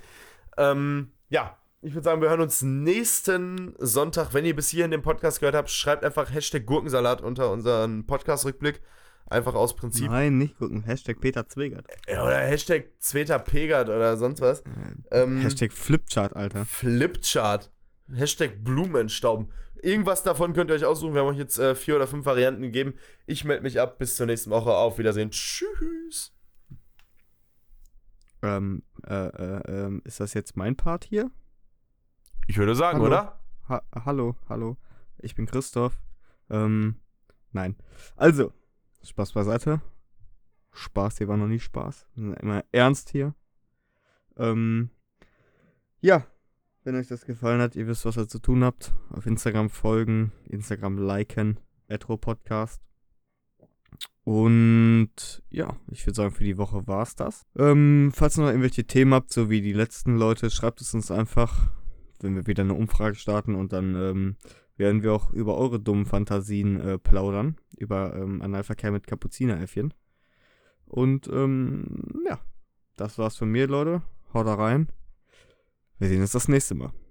S2: Ähm, ja, ich würde sagen, wir hören uns nächsten Sonntag. Wenn ihr bis hierhin den Podcast gehört habt, schreibt einfach Hashtag Gurkensalat unter unseren Podcast-Rückblick. Einfach aus Prinzip.
S1: Nein, nicht gucken. Hashtag Peter Zwegert.
S2: Ja, Oder Hashtag Zweter Pegert oder sonst was. Ähm,
S1: Hashtag Flipchart, Alter.
S2: Flipchart. Hashtag Blumenstauben. Irgendwas davon könnt ihr euch aussuchen. Wir haben euch jetzt äh, vier oder fünf Varianten gegeben. Ich melde mich ab. Bis zur nächsten Woche. Auf Wiedersehen. Tschüss.
S1: Ähm, äh, äh, ähm, ist das jetzt mein Part hier?
S2: Ich würde sagen,
S1: Hallo.
S2: oder?
S1: Ha hallo, hallo. Ich bin Christoph. Ähm, nein. Also, Spaß beiseite. Spaß, hier war noch nie Spaß. Wir sind Immer ernst hier. Ähm, ja, wenn euch das gefallen hat, ihr wisst, was ihr zu tun habt. Auf Instagram folgen, Instagram liken, Etro Podcast. Und ja, ich würde sagen, für die Woche war's das. Ähm, falls ihr noch irgendwelche Themen habt, so wie die letzten Leute, schreibt es uns einfach wenn wir wieder eine Umfrage starten und dann ähm, werden wir auch über eure dummen Fantasien äh, plaudern, über ähm, Analverkehr mit Kapuzineräffchen. Und ähm, ja, das war's von mir, Leute. Haut da rein. Wir sehen uns das nächste Mal.